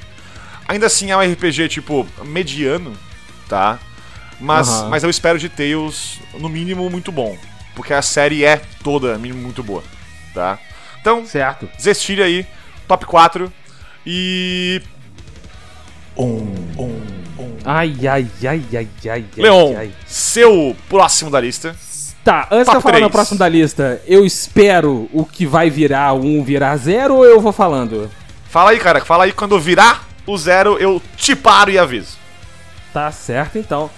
[SPEAKER 2] Ainda assim é um RPG, tipo, mediano, tá? Mas,
[SPEAKER 1] Aham.
[SPEAKER 2] mas eu espero de Tales, no mínimo, muito bom. Porque a série é toda, no mínimo, muito boa, tá? Então,
[SPEAKER 1] Certo.
[SPEAKER 2] Zestilha aí, top 4. E. Um, um,
[SPEAKER 1] Ai, ai, ai, ai, ai, ai,
[SPEAKER 2] Leon,
[SPEAKER 1] ai.
[SPEAKER 2] seu próximo da lista.
[SPEAKER 1] Tá, antes de
[SPEAKER 2] Top
[SPEAKER 1] eu falar
[SPEAKER 2] três.
[SPEAKER 1] meu próximo da lista, eu espero o que vai virar um virar zero ou eu vou falando?
[SPEAKER 2] Fala aí, cara. Fala aí quando virar o zero, eu te paro e aviso.
[SPEAKER 1] Tá certo, então.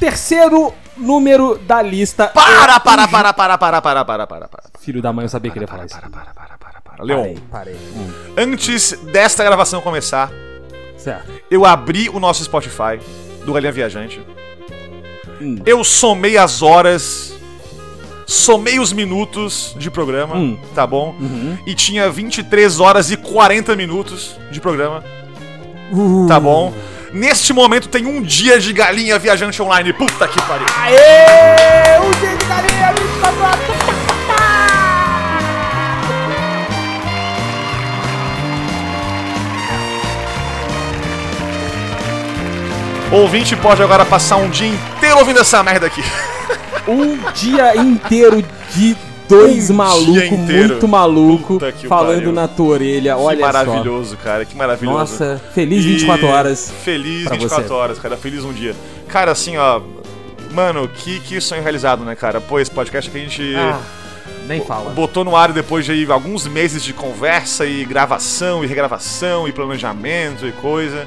[SPEAKER 1] Terceiro número da lista.
[SPEAKER 2] Para, para, para, para, para, para, para, para, para.
[SPEAKER 1] Filho da mãe, eu sabia que ele ia falar isso.
[SPEAKER 2] Para, para, para, para.
[SPEAKER 1] Parei, Hum,
[SPEAKER 2] Leon,
[SPEAKER 1] parei.
[SPEAKER 2] antes desta gravação começar,
[SPEAKER 1] Certo.
[SPEAKER 2] Eu abri o nosso Spotify do Galinha Viajante.
[SPEAKER 1] Hum.
[SPEAKER 2] Eu somei as horas. Somei os minutos de programa,
[SPEAKER 1] Hum.
[SPEAKER 2] tá bom? E tinha 23 horas e 40 minutos de programa,
[SPEAKER 1] Uh.
[SPEAKER 2] tá bom? Neste momento tem um dia de galinha viajante online. Puta que pariu.
[SPEAKER 1] Aê! Um dia de galinha, bicho, tá pronto.
[SPEAKER 2] Ouvinte pode agora passar um dia inteiro ouvindo essa merda aqui.
[SPEAKER 1] Um dia inteiro de dois
[SPEAKER 2] Um dia
[SPEAKER 1] malucos,
[SPEAKER 2] inteiro.
[SPEAKER 1] muito maluco,
[SPEAKER 2] Puta que
[SPEAKER 1] falando
[SPEAKER 2] pariu.
[SPEAKER 1] na tua orelha. Olha
[SPEAKER 2] que maravilhoso, cara. Que
[SPEAKER 1] só.
[SPEAKER 2] maravilhoso.
[SPEAKER 1] Nossa, feliz 24
[SPEAKER 2] E
[SPEAKER 1] horas.
[SPEAKER 2] Feliz
[SPEAKER 1] pra
[SPEAKER 2] 24
[SPEAKER 1] você.
[SPEAKER 2] horas, cara. Feliz um dia. Cara, assim, ó. Mano, que, que sonho realizado, né, cara? Pô, esse podcast que a gente
[SPEAKER 1] Ah, nem fala.
[SPEAKER 2] botou no ar depois de aí alguns meses de conversa e gravação e regravação e planejamento e coisa.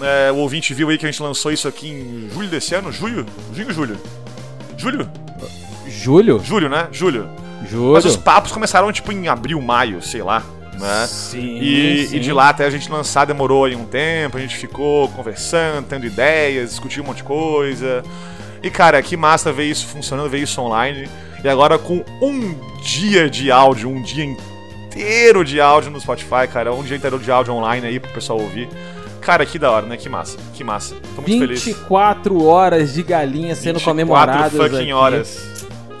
[SPEAKER 2] É, o ouvinte viu aí que a gente lançou isso aqui em julho desse ano? Julho? Junho, julho? Julho?
[SPEAKER 1] Julho?
[SPEAKER 2] Julho, né? Julho. Mas os
[SPEAKER 1] Julho?
[SPEAKER 2] papos começaram, tipo, em abril, maio, sei lá, né?
[SPEAKER 1] Sim,
[SPEAKER 2] E,
[SPEAKER 1] sim.
[SPEAKER 2] e de lá até a gente lançar demorou aí um tempo, a gente ficou conversando, tendo ideias, discutiu um monte de coisa. E cara, que massa ver isso funcionando, ver isso online. E agora com um dia de áudio, um dia inteiro de áudio no Spotify, cara, um dia inteiro de áudio online aí pro pessoal ouvir. Cara, que da hora, né? Que massa, que massa. Tô muito feliz.
[SPEAKER 1] 24 horas de galinha sendo
[SPEAKER 2] 24
[SPEAKER 1] comemoradas.
[SPEAKER 2] fucking
[SPEAKER 1] aqui.
[SPEAKER 2] horas.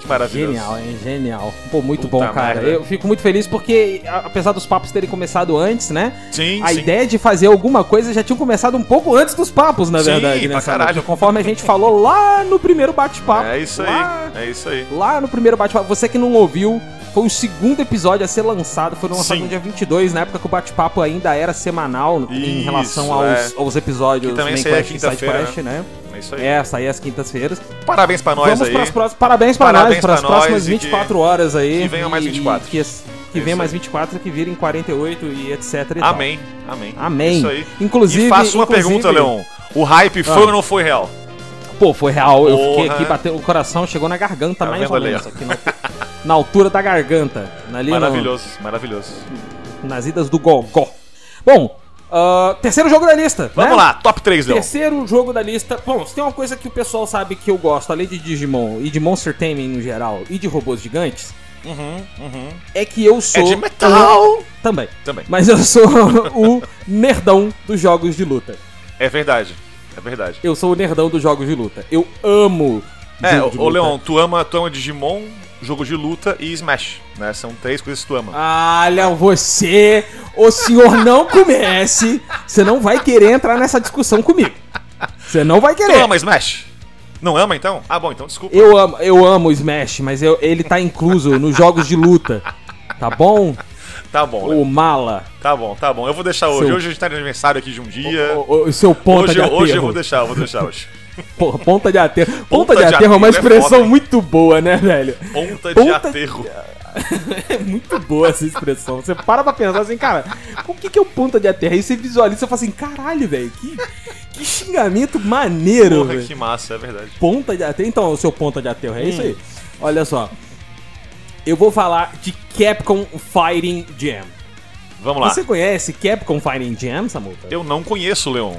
[SPEAKER 2] Que maravilhoso.
[SPEAKER 1] Genial, hein? Genial. Pô, muito
[SPEAKER 2] Puta
[SPEAKER 1] bom, cara.
[SPEAKER 2] merda.
[SPEAKER 1] Eu fico muito feliz porque, a- apesar dos papos terem começado antes, né?
[SPEAKER 2] Sim,
[SPEAKER 1] a
[SPEAKER 2] sim.
[SPEAKER 1] ideia de fazer alguma coisa já tinha começado um pouco antes dos papos, na
[SPEAKER 2] Sim,
[SPEAKER 1] verdade,
[SPEAKER 2] pra
[SPEAKER 1] né? Sandra?
[SPEAKER 2] caralho.
[SPEAKER 1] Conforme a gente falou lá no primeiro bate-papo.
[SPEAKER 2] É isso
[SPEAKER 1] Lá,
[SPEAKER 2] aí, é isso aí.
[SPEAKER 1] lá no primeiro bate-papo. Você que não ouviu, foi o segundo episódio a ser lançado. Foi lançado
[SPEAKER 2] Sim.
[SPEAKER 1] no dia 22, na época que o bate-papo ainda era semanal em
[SPEAKER 2] Isso,
[SPEAKER 1] relação
[SPEAKER 2] é.
[SPEAKER 1] aos, aos episódios
[SPEAKER 2] Que também
[SPEAKER 1] Main
[SPEAKER 2] saía
[SPEAKER 1] Quest e Side
[SPEAKER 2] quinta-feira,
[SPEAKER 1] Quest, né?
[SPEAKER 2] É isso aí.
[SPEAKER 1] É, saía às quintas-feiras.
[SPEAKER 2] Parabéns pra nós
[SPEAKER 1] Vamos
[SPEAKER 2] aí.
[SPEAKER 1] pras próximas. Parabéns pra
[SPEAKER 2] Parabéns
[SPEAKER 1] nós, pras
[SPEAKER 2] pra nós
[SPEAKER 1] próximas
[SPEAKER 2] e
[SPEAKER 1] 24 horas aí.
[SPEAKER 2] que venham mais
[SPEAKER 1] E-
[SPEAKER 2] 24.
[SPEAKER 1] e que que
[SPEAKER 2] É Isso
[SPEAKER 1] venha mais
[SPEAKER 2] aí.
[SPEAKER 1] 24, que virem 48 e etc. e tal.
[SPEAKER 2] Amém, amém.
[SPEAKER 1] Amém.
[SPEAKER 2] Isso aí.
[SPEAKER 1] Inclusive.
[SPEAKER 2] e faço uma
[SPEAKER 1] inclusive-
[SPEAKER 2] pergunta, Leon. O hype foi
[SPEAKER 1] Ah.
[SPEAKER 2] ou não foi real?
[SPEAKER 1] Pô, foi real. Eu fiquei
[SPEAKER 2] Porra.
[SPEAKER 1] aqui, bateu o coração, chegou na garganta,
[SPEAKER 2] Tá
[SPEAKER 1] mais
[SPEAKER 2] vendo
[SPEAKER 1] ou
[SPEAKER 2] ali,
[SPEAKER 1] menos.
[SPEAKER 2] ó?
[SPEAKER 1] Aqui na, na altura da garganta. Ali no-
[SPEAKER 2] maravilhoso, maravilhoso.
[SPEAKER 1] Né? nas idas do Gogó. Bom, ah, terceiro jogo da lista.
[SPEAKER 2] Vamos
[SPEAKER 1] né?
[SPEAKER 2] lá, top 3, Leon.
[SPEAKER 1] Terceiro jogo da lista. Bom, se tem uma coisa que o pessoal sabe que eu gosto, além de Digimon e de Monster Taming no geral e de robôs gigantes,
[SPEAKER 2] Uhum,
[SPEAKER 1] é que eu sou.
[SPEAKER 2] É de metal!
[SPEAKER 1] o- Também.
[SPEAKER 2] Também.
[SPEAKER 1] Mas eu sou o nerdão dos jogos de luta.
[SPEAKER 2] É verdade. É verdade.
[SPEAKER 1] Eu sou o nerdão dos jogos de luta. Eu amo.
[SPEAKER 2] É,
[SPEAKER 1] jogo de
[SPEAKER 2] ô
[SPEAKER 1] luta.
[SPEAKER 2] Leon, tu ama, tu ama Digimon, jogo de luta e Smash, né? São três coisas que tu ama.
[SPEAKER 1] Ah, Léo, você, o senhor não comece. Você não vai querer entrar nessa discussão comigo. Você não vai
[SPEAKER 2] tu
[SPEAKER 1] querer.
[SPEAKER 2] ama Smash? Não ama então? Ah, bom, então desculpa.
[SPEAKER 1] é. Eu amo, eu amo o Smash, mas eu- ele tá incluso nos jogos de luta. Tá bom?
[SPEAKER 2] Tá bom, Leon.
[SPEAKER 1] O mala,
[SPEAKER 2] Tá bom, tá bom. Eu vou deixar hoje.
[SPEAKER 1] Seu-
[SPEAKER 2] Hoje a gente tá de aniversário aqui de um dia.
[SPEAKER 1] o, o- o seu ponta
[SPEAKER 2] hoje,
[SPEAKER 1] de
[SPEAKER 2] eu-
[SPEAKER 1] aterro.
[SPEAKER 2] hoje eu vou deixar, eu vou deixar hoje.
[SPEAKER 1] Porra, ponta de aterro. Ponta, de,
[SPEAKER 2] de
[SPEAKER 1] aterro é uma
[SPEAKER 2] aterro é
[SPEAKER 1] expressão
[SPEAKER 2] foda, hein?
[SPEAKER 1] muito boa, né, velho?
[SPEAKER 2] Ponta, de
[SPEAKER 1] Ponta-
[SPEAKER 2] aterro.
[SPEAKER 1] É muito boa essa expressão. Você para pra pensar assim, cara, o que, que é o ponta de aterro? Aí você visualiza e fala assim, caralho, velho, que, que xingamento maneiro,
[SPEAKER 2] Porra,
[SPEAKER 1] velho.
[SPEAKER 2] que Hum. massa, é verdade.
[SPEAKER 1] Ponta de aterro. Então, o seu ponta de aterro, é isso aí. Olha só. Eu vou falar de Capcom Fighting Jam.
[SPEAKER 2] Vamos lá.
[SPEAKER 1] Você conhece Capcom Fighting Jam, Samuca?
[SPEAKER 2] Eu não conheço, Leon.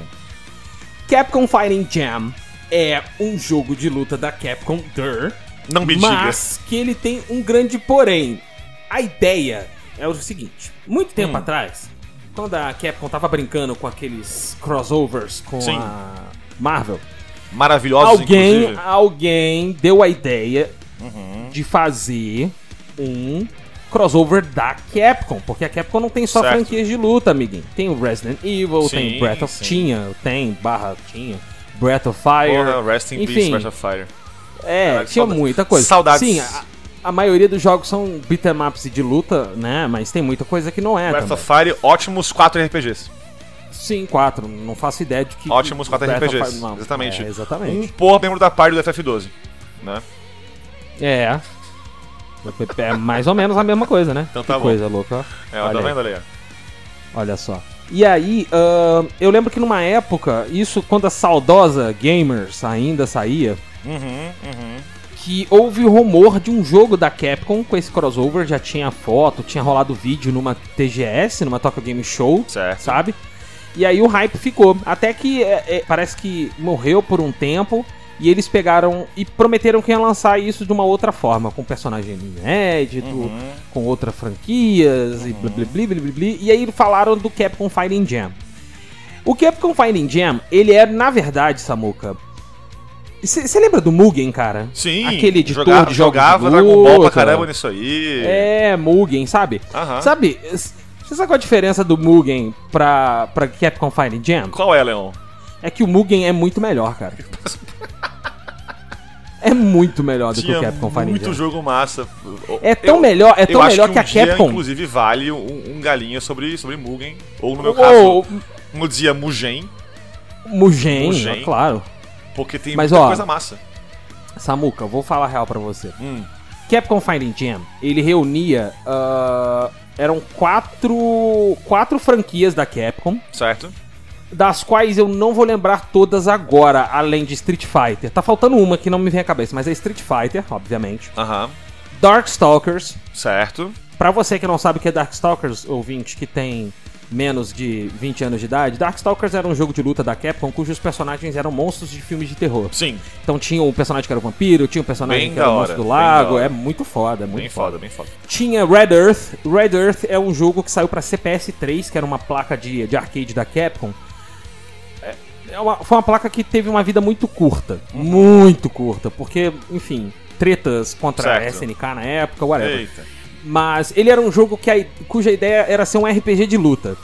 [SPEAKER 1] Capcom Fighting Jam é um jogo de luta da Capcom Dur,
[SPEAKER 2] Não me
[SPEAKER 1] mas que ele tem um grande porém. A ideia é o seguinte: muito
[SPEAKER 2] Hum.
[SPEAKER 1] tempo atrás, quando a Capcom tava brincando com aqueles crossovers com
[SPEAKER 2] Sim.
[SPEAKER 1] a Marvel,
[SPEAKER 2] diga. Maravilhosos,
[SPEAKER 1] alguém,
[SPEAKER 2] inclusive. Uhum.
[SPEAKER 1] alguém deu a ideia de fazer um crossover da Capcom, porque a Capcom não tem só
[SPEAKER 2] Certo.
[SPEAKER 1] franquias de luta, amiguinho. Tem o Resident Evil,
[SPEAKER 2] Sim,
[SPEAKER 1] tem Breath of
[SPEAKER 2] sim.
[SPEAKER 1] Tinha, tem barra Tinha, Breath of Fire.
[SPEAKER 2] Porra, Rest in Peace,
[SPEAKER 1] enfim,
[SPEAKER 2] Breath of Fire.
[SPEAKER 1] é,
[SPEAKER 2] Caralho,
[SPEAKER 1] tinha
[SPEAKER 2] saudades.
[SPEAKER 1] muita coisa.
[SPEAKER 2] Saudades.
[SPEAKER 1] Sim, a, a maioria dos jogos são beat'em ups e de luta, né? Mas tem muita coisa que não é.
[SPEAKER 2] Breath
[SPEAKER 1] também.
[SPEAKER 2] of Fire, ótimos 4 RPGs.
[SPEAKER 1] Sim, quatro. Não faço ideia de que.
[SPEAKER 2] Ótimos 4
[SPEAKER 1] Breath of
[SPEAKER 2] RPGs.
[SPEAKER 1] Fire- não,
[SPEAKER 2] exatamente.
[SPEAKER 1] é,
[SPEAKER 2] Um
[SPEAKER 1] exatamente.
[SPEAKER 2] por membro da party do FF12. Né?
[SPEAKER 1] É. É mais ou menos a mesma coisa, né?
[SPEAKER 2] Então
[SPEAKER 1] que
[SPEAKER 2] tá bom.
[SPEAKER 1] coisa louca.
[SPEAKER 2] É,
[SPEAKER 1] Olha
[SPEAKER 2] tá
[SPEAKER 1] aí.
[SPEAKER 2] vendo ali? ó?
[SPEAKER 1] Olha só. E aí, ahn, eu lembro que numa época, isso quando a saudosa Gamers ainda saía,
[SPEAKER 2] Uhum, uhum.
[SPEAKER 1] que houve rumor de um jogo da Capcom com esse crossover, já tinha foto, tinha rolado vídeo numa TGS, numa Tokyo Game Show,
[SPEAKER 2] Certo.
[SPEAKER 1] sabe? E aí o hype ficou. Até que é, é, parece que morreu por um tempo. E eles pegaram e prometeram que iam lançar isso de uma outra forma, com personagem inédito,
[SPEAKER 2] Uhum.
[SPEAKER 1] com outras franquias e blá blá blá blá blá. blá. E aí falaram do Capcom Fighting Jam. O Capcom Fighting Jam, ele é, na verdade, Samuka. Você lembra do Mugen, cara?
[SPEAKER 2] Sim,
[SPEAKER 1] Aquele editor
[SPEAKER 2] jogava,
[SPEAKER 1] de jogos
[SPEAKER 2] jogava
[SPEAKER 1] do
[SPEAKER 2] Dragon Ball pra
[SPEAKER 1] outro.
[SPEAKER 2] caramba nisso aí.
[SPEAKER 1] É, Mugen, sabe?
[SPEAKER 2] Aham.
[SPEAKER 1] Sabe, você sabe qual a diferença do Mugen pra, pra Capcom Fighting Jam?
[SPEAKER 2] Qual é, Leon?
[SPEAKER 1] É que o Mugen é muito melhor, cara. É muito melhor do que o
[SPEAKER 2] Tinha
[SPEAKER 1] Capcom Fighting
[SPEAKER 2] muito
[SPEAKER 1] Jam.
[SPEAKER 2] jogo massa.
[SPEAKER 1] É tão
[SPEAKER 2] Eu-
[SPEAKER 1] melhor, é
[SPEAKER 2] Eu
[SPEAKER 1] tão
[SPEAKER 2] acho
[SPEAKER 1] melhor
[SPEAKER 2] que,
[SPEAKER 1] que,
[SPEAKER 2] um
[SPEAKER 1] a
[SPEAKER 2] dia,
[SPEAKER 1] Capcom.
[SPEAKER 2] inclusive, vale um, um galinha sobre, sobre Mugen. Ou, no meu
[SPEAKER 1] Ou-
[SPEAKER 2] caso,
[SPEAKER 1] oh.
[SPEAKER 2] no dia Mugen.
[SPEAKER 1] Mugen,
[SPEAKER 2] Mugen.
[SPEAKER 1] ó, claro.
[SPEAKER 2] Porque tem
[SPEAKER 1] Mas,
[SPEAKER 2] muita
[SPEAKER 1] ó,
[SPEAKER 2] coisa massa.
[SPEAKER 1] Samuca, eu vou falar a real pra você.
[SPEAKER 2] Hum.
[SPEAKER 1] Capcom Fighting Jam, ele reunia. ah, eram quatro, quatro franquias da Capcom,
[SPEAKER 2] Certo?
[SPEAKER 1] das quais eu não vou lembrar todas agora, além de Street Fighter. Tá faltando uma que não me vem à cabeça, mas é Street Fighter, obviamente.
[SPEAKER 2] Aham.
[SPEAKER 1] Darkstalkers.
[SPEAKER 2] Certo.
[SPEAKER 1] Pra você que não sabe o que é Darkstalkers, ouvinte que tem menos de 20 anos de idade, Darkstalkers era um jogo de luta da Capcom cujos personagens eram monstros de filmes de terror.
[SPEAKER 2] Sim.
[SPEAKER 1] Então tinha um personagem que era o vampiro, tinha um personagem
[SPEAKER 2] Bem
[SPEAKER 1] que era
[SPEAKER 2] da
[SPEAKER 1] o
[SPEAKER 2] hora,
[SPEAKER 1] monstro do
[SPEAKER 2] bem da
[SPEAKER 1] lago,
[SPEAKER 2] hora.
[SPEAKER 1] é muito foda, é muito
[SPEAKER 2] Bem
[SPEAKER 1] foda.
[SPEAKER 2] foda, bem foda.
[SPEAKER 1] Tinha Red Earth. Red Earth é um jogo que saiu pra CPS 3, que era uma placa de, de arcade da Capcom. É- é uma- foi uma placa que teve uma vida muito curta.
[SPEAKER 2] Uhum.
[SPEAKER 1] Muito curta, porque, enfim, tretas contra a
[SPEAKER 2] Certo.
[SPEAKER 1] SNK na época, whatever.
[SPEAKER 2] Eita.
[SPEAKER 1] Mas ele era um jogo que a- cuja ideia era ser um RPG de luta.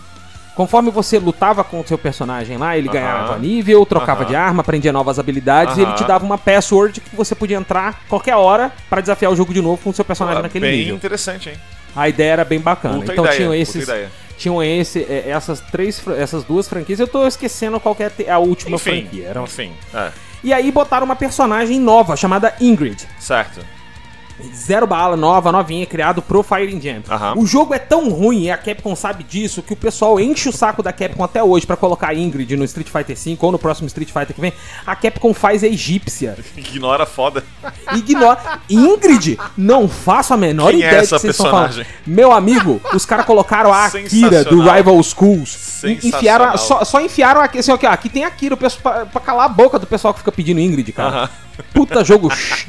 [SPEAKER 1] Conforme você lutava com o seu personagem lá, ele
[SPEAKER 2] Aham.
[SPEAKER 1] ganhava nível, trocava
[SPEAKER 2] Aham.
[SPEAKER 1] de arma, aprendia novas habilidades e
[SPEAKER 2] Aham.
[SPEAKER 1] ele te dava uma password que você podia entrar qualquer hora pra desafiar o jogo de novo com o seu personagem
[SPEAKER 2] Ah,
[SPEAKER 1] naquele
[SPEAKER 2] bem
[SPEAKER 1] nível.
[SPEAKER 2] interessante, hein?
[SPEAKER 1] A ideia era bem bacana.
[SPEAKER 2] Puta
[SPEAKER 1] então
[SPEAKER 2] ideia,
[SPEAKER 1] tinham
[SPEAKER 2] puta
[SPEAKER 1] esses,
[SPEAKER 2] ideia.
[SPEAKER 1] tinham esse, é, essas três, fra- essas duas franquias. Eu tô esquecendo qual que é a te- a última
[SPEAKER 2] Enfim,
[SPEAKER 1] franquia. Era- um
[SPEAKER 2] enfim. É,
[SPEAKER 1] E aí botaram uma personagem nova chamada Ingrid.
[SPEAKER 2] certo.
[SPEAKER 1] Zero bala, nova, novinha, criado pro Firing Jam.
[SPEAKER 2] Aham.
[SPEAKER 1] O jogo é tão ruim, e a Capcom sabe disso, que o pessoal enche o saco da Capcom até hoje pra colocar a Ingrid no Street Fighter V ou no próximo Street Fighter que vem. A Capcom faz a egípcia.
[SPEAKER 2] Ignora foda.
[SPEAKER 1] Ignora. Ingrid? Não faço a menor
[SPEAKER 2] Quem é
[SPEAKER 1] ideia do
[SPEAKER 2] essa
[SPEAKER 1] que vocês estão
[SPEAKER 2] personagem?
[SPEAKER 1] falando. Meu amigo, os caras colocaram a Akira do
[SPEAKER 2] Sensacional.
[SPEAKER 1] Rival Schools. E
[SPEAKER 2] Sensacional.
[SPEAKER 1] Enfiaram, a- só, só enfiaram aqui, assim, ó, aqui, ó, aqui tem Akira o pessoal- pra, pra calar a boca do pessoal que fica pedindo Ingrid, cara.
[SPEAKER 2] Aham.
[SPEAKER 1] Puta jogo. ch-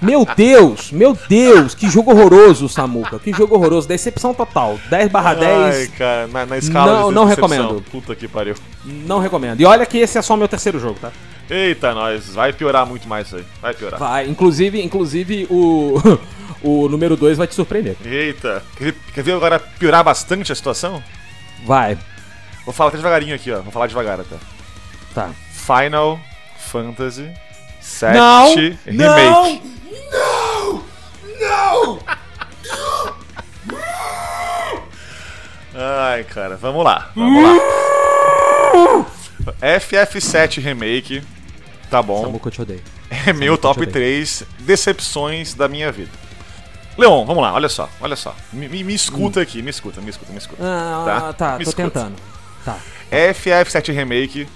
[SPEAKER 1] meu Deus, meu Deus, que jogo horroroso, Samuca. Que jogo horroroso. Decepção total. 10 barra 10,
[SPEAKER 2] Ai, cara, na, na escala
[SPEAKER 1] Não-
[SPEAKER 2] de
[SPEAKER 1] não
[SPEAKER 2] decepção.
[SPEAKER 1] recomendo.
[SPEAKER 2] Puta que pariu.
[SPEAKER 1] não recomendo. E olha que esse é só meu terceiro jogo, tá?
[SPEAKER 2] Eita, nós. Vai piorar muito mais isso aí. Vai piorar.
[SPEAKER 1] Vai, inclusive, inclusive o, o número 2 vai te surpreender.
[SPEAKER 2] Eita. Quer ver, quer ver agora piorar bastante a situação?
[SPEAKER 1] Vai,
[SPEAKER 2] Vou falar até devagarinho aqui, ó. Vou falar devagar até.
[SPEAKER 1] tá.
[SPEAKER 2] Final Fantasy VII
[SPEAKER 1] Não!
[SPEAKER 2] Remake.
[SPEAKER 1] Não!
[SPEAKER 2] Ai, cara, vamos lá, vamos lá. FF7 Remake, tá bom.
[SPEAKER 1] Samuca, eu te odeio.
[SPEAKER 2] É meu top 3 decepções da minha vida. Leon, vamos lá, olha só, olha só. Me, me- me escuta aqui, me escuta, me escuta, me escuta.
[SPEAKER 1] Hum. Ah, tá,
[SPEAKER 2] Me
[SPEAKER 1] tô
[SPEAKER 2] escuta.
[SPEAKER 1] tentando. Tá.
[SPEAKER 2] FF7 Remake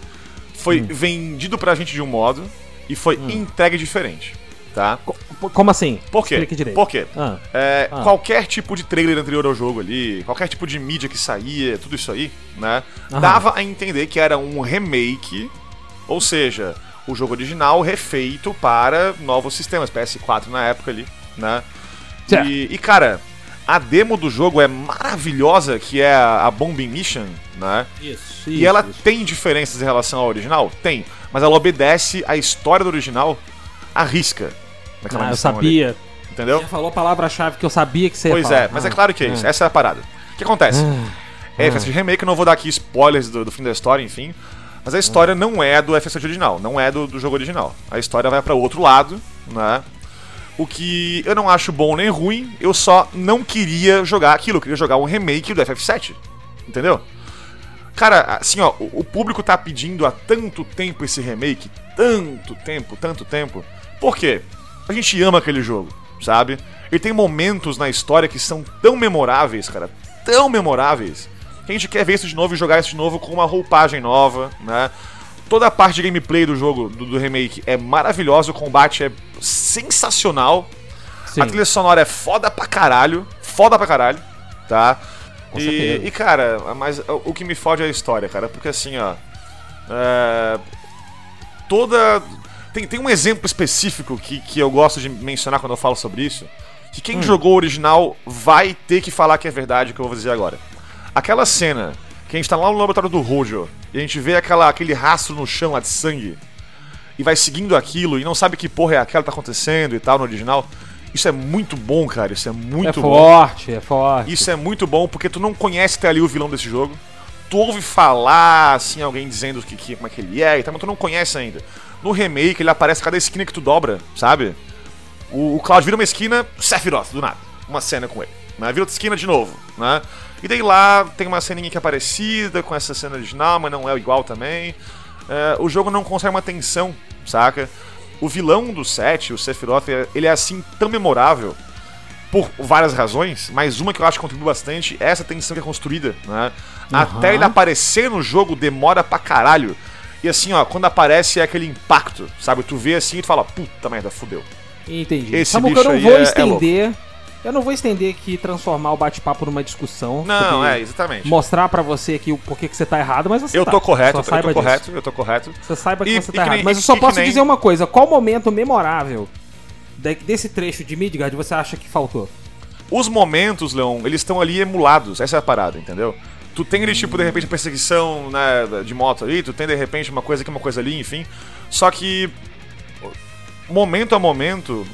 [SPEAKER 2] foi
[SPEAKER 1] Hum.
[SPEAKER 2] vendido pra gente de um modo e foi entregue diferente, tá?
[SPEAKER 1] Co- Como assim?
[SPEAKER 2] Por quê?
[SPEAKER 1] Explica direito.
[SPEAKER 2] Por quê?
[SPEAKER 1] Ah.
[SPEAKER 2] É,
[SPEAKER 1] Ah.
[SPEAKER 2] Qualquer tipo de trailer anterior ao jogo ali, qualquer tipo de mídia que saía, tudo isso aí, né?
[SPEAKER 1] Aham.
[SPEAKER 2] Dava a entender que era um remake, ou seja, o jogo original refeito para novos sistemas, PS4 na época ali, né?
[SPEAKER 1] Certo.
[SPEAKER 2] E, e, cara, a demo do jogo é maravilhosa, que é a a Bombing Mission, né?
[SPEAKER 1] Isso,
[SPEAKER 2] e ela tem diferenças em relação ao original? Tem. Mas ela obedece à história do original à risca. naquela
[SPEAKER 1] Ah, eu
[SPEAKER 2] missão ali,
[SPEAKER 1] sabia.
[SPEAKER 2] entendeu?
[SPEAKER 1] Você falou a palavra-chave que eu sabia que você ia
[SPEAKER 2] Pois
[SPEAKER 1] falar.
[SPEAKER 2] é, mas
[SPEAKER 1] Ah.
[SPEAKER 2] é claro que é isso. Essa é a parada. O que acontece? É, FSG Remake, eu não vou dar aqui spoilers do, do fim da história, enfim. Mas a história
[SPEAKER 1] Ah.
[SPEAKER 2] não é do FSG original, não é do, do jogo original. A história vai pra outro lado, né? O que eu não acho bom nem ruim, eu só não queria jogar aquilo, eu queria jogar um remake do FF7. Entendeu? Cara, assim, ó, o o público tá pedindo há tanto tempo esse remake, tanto tempo, tanto tempo. Por quê? A gente ama aquele jogo, sabe? Ele tem momentos na história que são tão memoráveis, cara, tão memoráveis, que a gente quer ver isso de novo e jogar isso de novo com uma roupagem nova, né? Toda a parte de gameplay do jogo, do, do remake, é maravilhosa, o combate é sensacional,
[SPEAKER 1] Sim.
[SPEAKER 2] a trilha sonora é foda pra caralho. Foda pra caralho, tá?
[SPEAKER 1] com
[SPEAKER 2] E,
[SPEAKER 1] certeza.
[SPEAKER 2] e, cara, mas o que me fode é a história, cara, porque assim, ó. é, toda. Tem, tem um exemplo específico que, que eu gosto de mencionar quando eu falo sobre isso. Que quem jogou o original vai ter que falar que é verdade o que eu vou dizer agora. Aquela cena que a gente tá lá no laboratório do Rojo e a gente vê aquela, aquele rastro no chão lá de sangue e vai seguindo aquilo e não sabe que porra é aquela que tá acontecendo e tal no original. Isso é muito bom, cara. Isso é muito
[SPEAKER 1] é
[SPEAKER 2] bom.
[SPEAKER 1] forte, é forte.
[SPEAKER 2] Isso é muito bom porque tu não conhece até ali o vilão desse jogo. Tu ouve falar, assim, alguém dizendo que, que- como é que ele é e tal, mas tu não conhece ainda. No remake, ele aparece a cada esquina que tu dobra, sabe? O, o Cloud vira uma esquina, Sephiroth, do nada. Uma cena com ele. Né? Vira outra esquina de novo, né? E daí lá tem uma ceninha que é parecida com essa cena original, mas não é igual também. É, o jogo não consegue uma tensão, saca? O vilão do set, o Sephiroth, ele é assim tão memorável por várias razões, mas uma que eu acho que contribui bastante é essa tensão que é construída, né? Até ele aparecer no jogo demora pra caralho. E assim, ó, quando aparece é aquele impacto, sabe? Tu vê assim e tu fala, puta merda, fudeu.
[SPEAKER 1] Entendi.
[SPEAKER 2] Esse
[SPEAKER 1] Samuca,
[SPEAKER 2] bicho
[SPEAKER 1] eu não
[SPEAKER 2] aí
[SPEAKER 1] vou
[SPEAKER 2] é- é
[SPEAKER 1] estender. eu não vou estender aqui e transformar o bate-papo numa discussão.
[SPEAKER 2] Não,
[SPEAKER 1] sobre-
[SPEAKER 2] é, exatamente.
[SPEAKER 1] Mostrar pra você aqui o porquê que você tá errado, mas você
[SPEAKER 2] Eu
[SPEAKER 1] tá.
[SPEAKER 2] tô correto,
[SPEAKER 1] Só
[SPEAKER 2] eu tô- eu
[SPEAKER 1] saiba
[SPEAKER 2] tô
[SPEAKER 1] disso.
[SPEAKER 2] correto, eu tô correto.
[SPEAKER 1] Você saiba que
[SPEAKER 2] E-
[SPEAKER 1] você tá
[SPEAKER 2] e que
[SPEAKER 1] errado.
[SPEAKER 2] nem-
[SPEAKER 1] Mas eu só
[SPEAKER 2] e que
[SPEAKER 1] posso
[SPEAKER 2] nem-
[SPEAKER 1] dizer uma coisa: qual momento memorável de- desse trecho de Midgard você acha que faltou?
[SPEAKER 2] Os momentos, Leon, eles estão ali emulados, essa é a parada, entendeu? Tu tem aquele tipo, de repente, perseguição né, de moto ali, tu tem de repente uma coisa aqui, uma coisa ali, enfim. Só que momento a momento,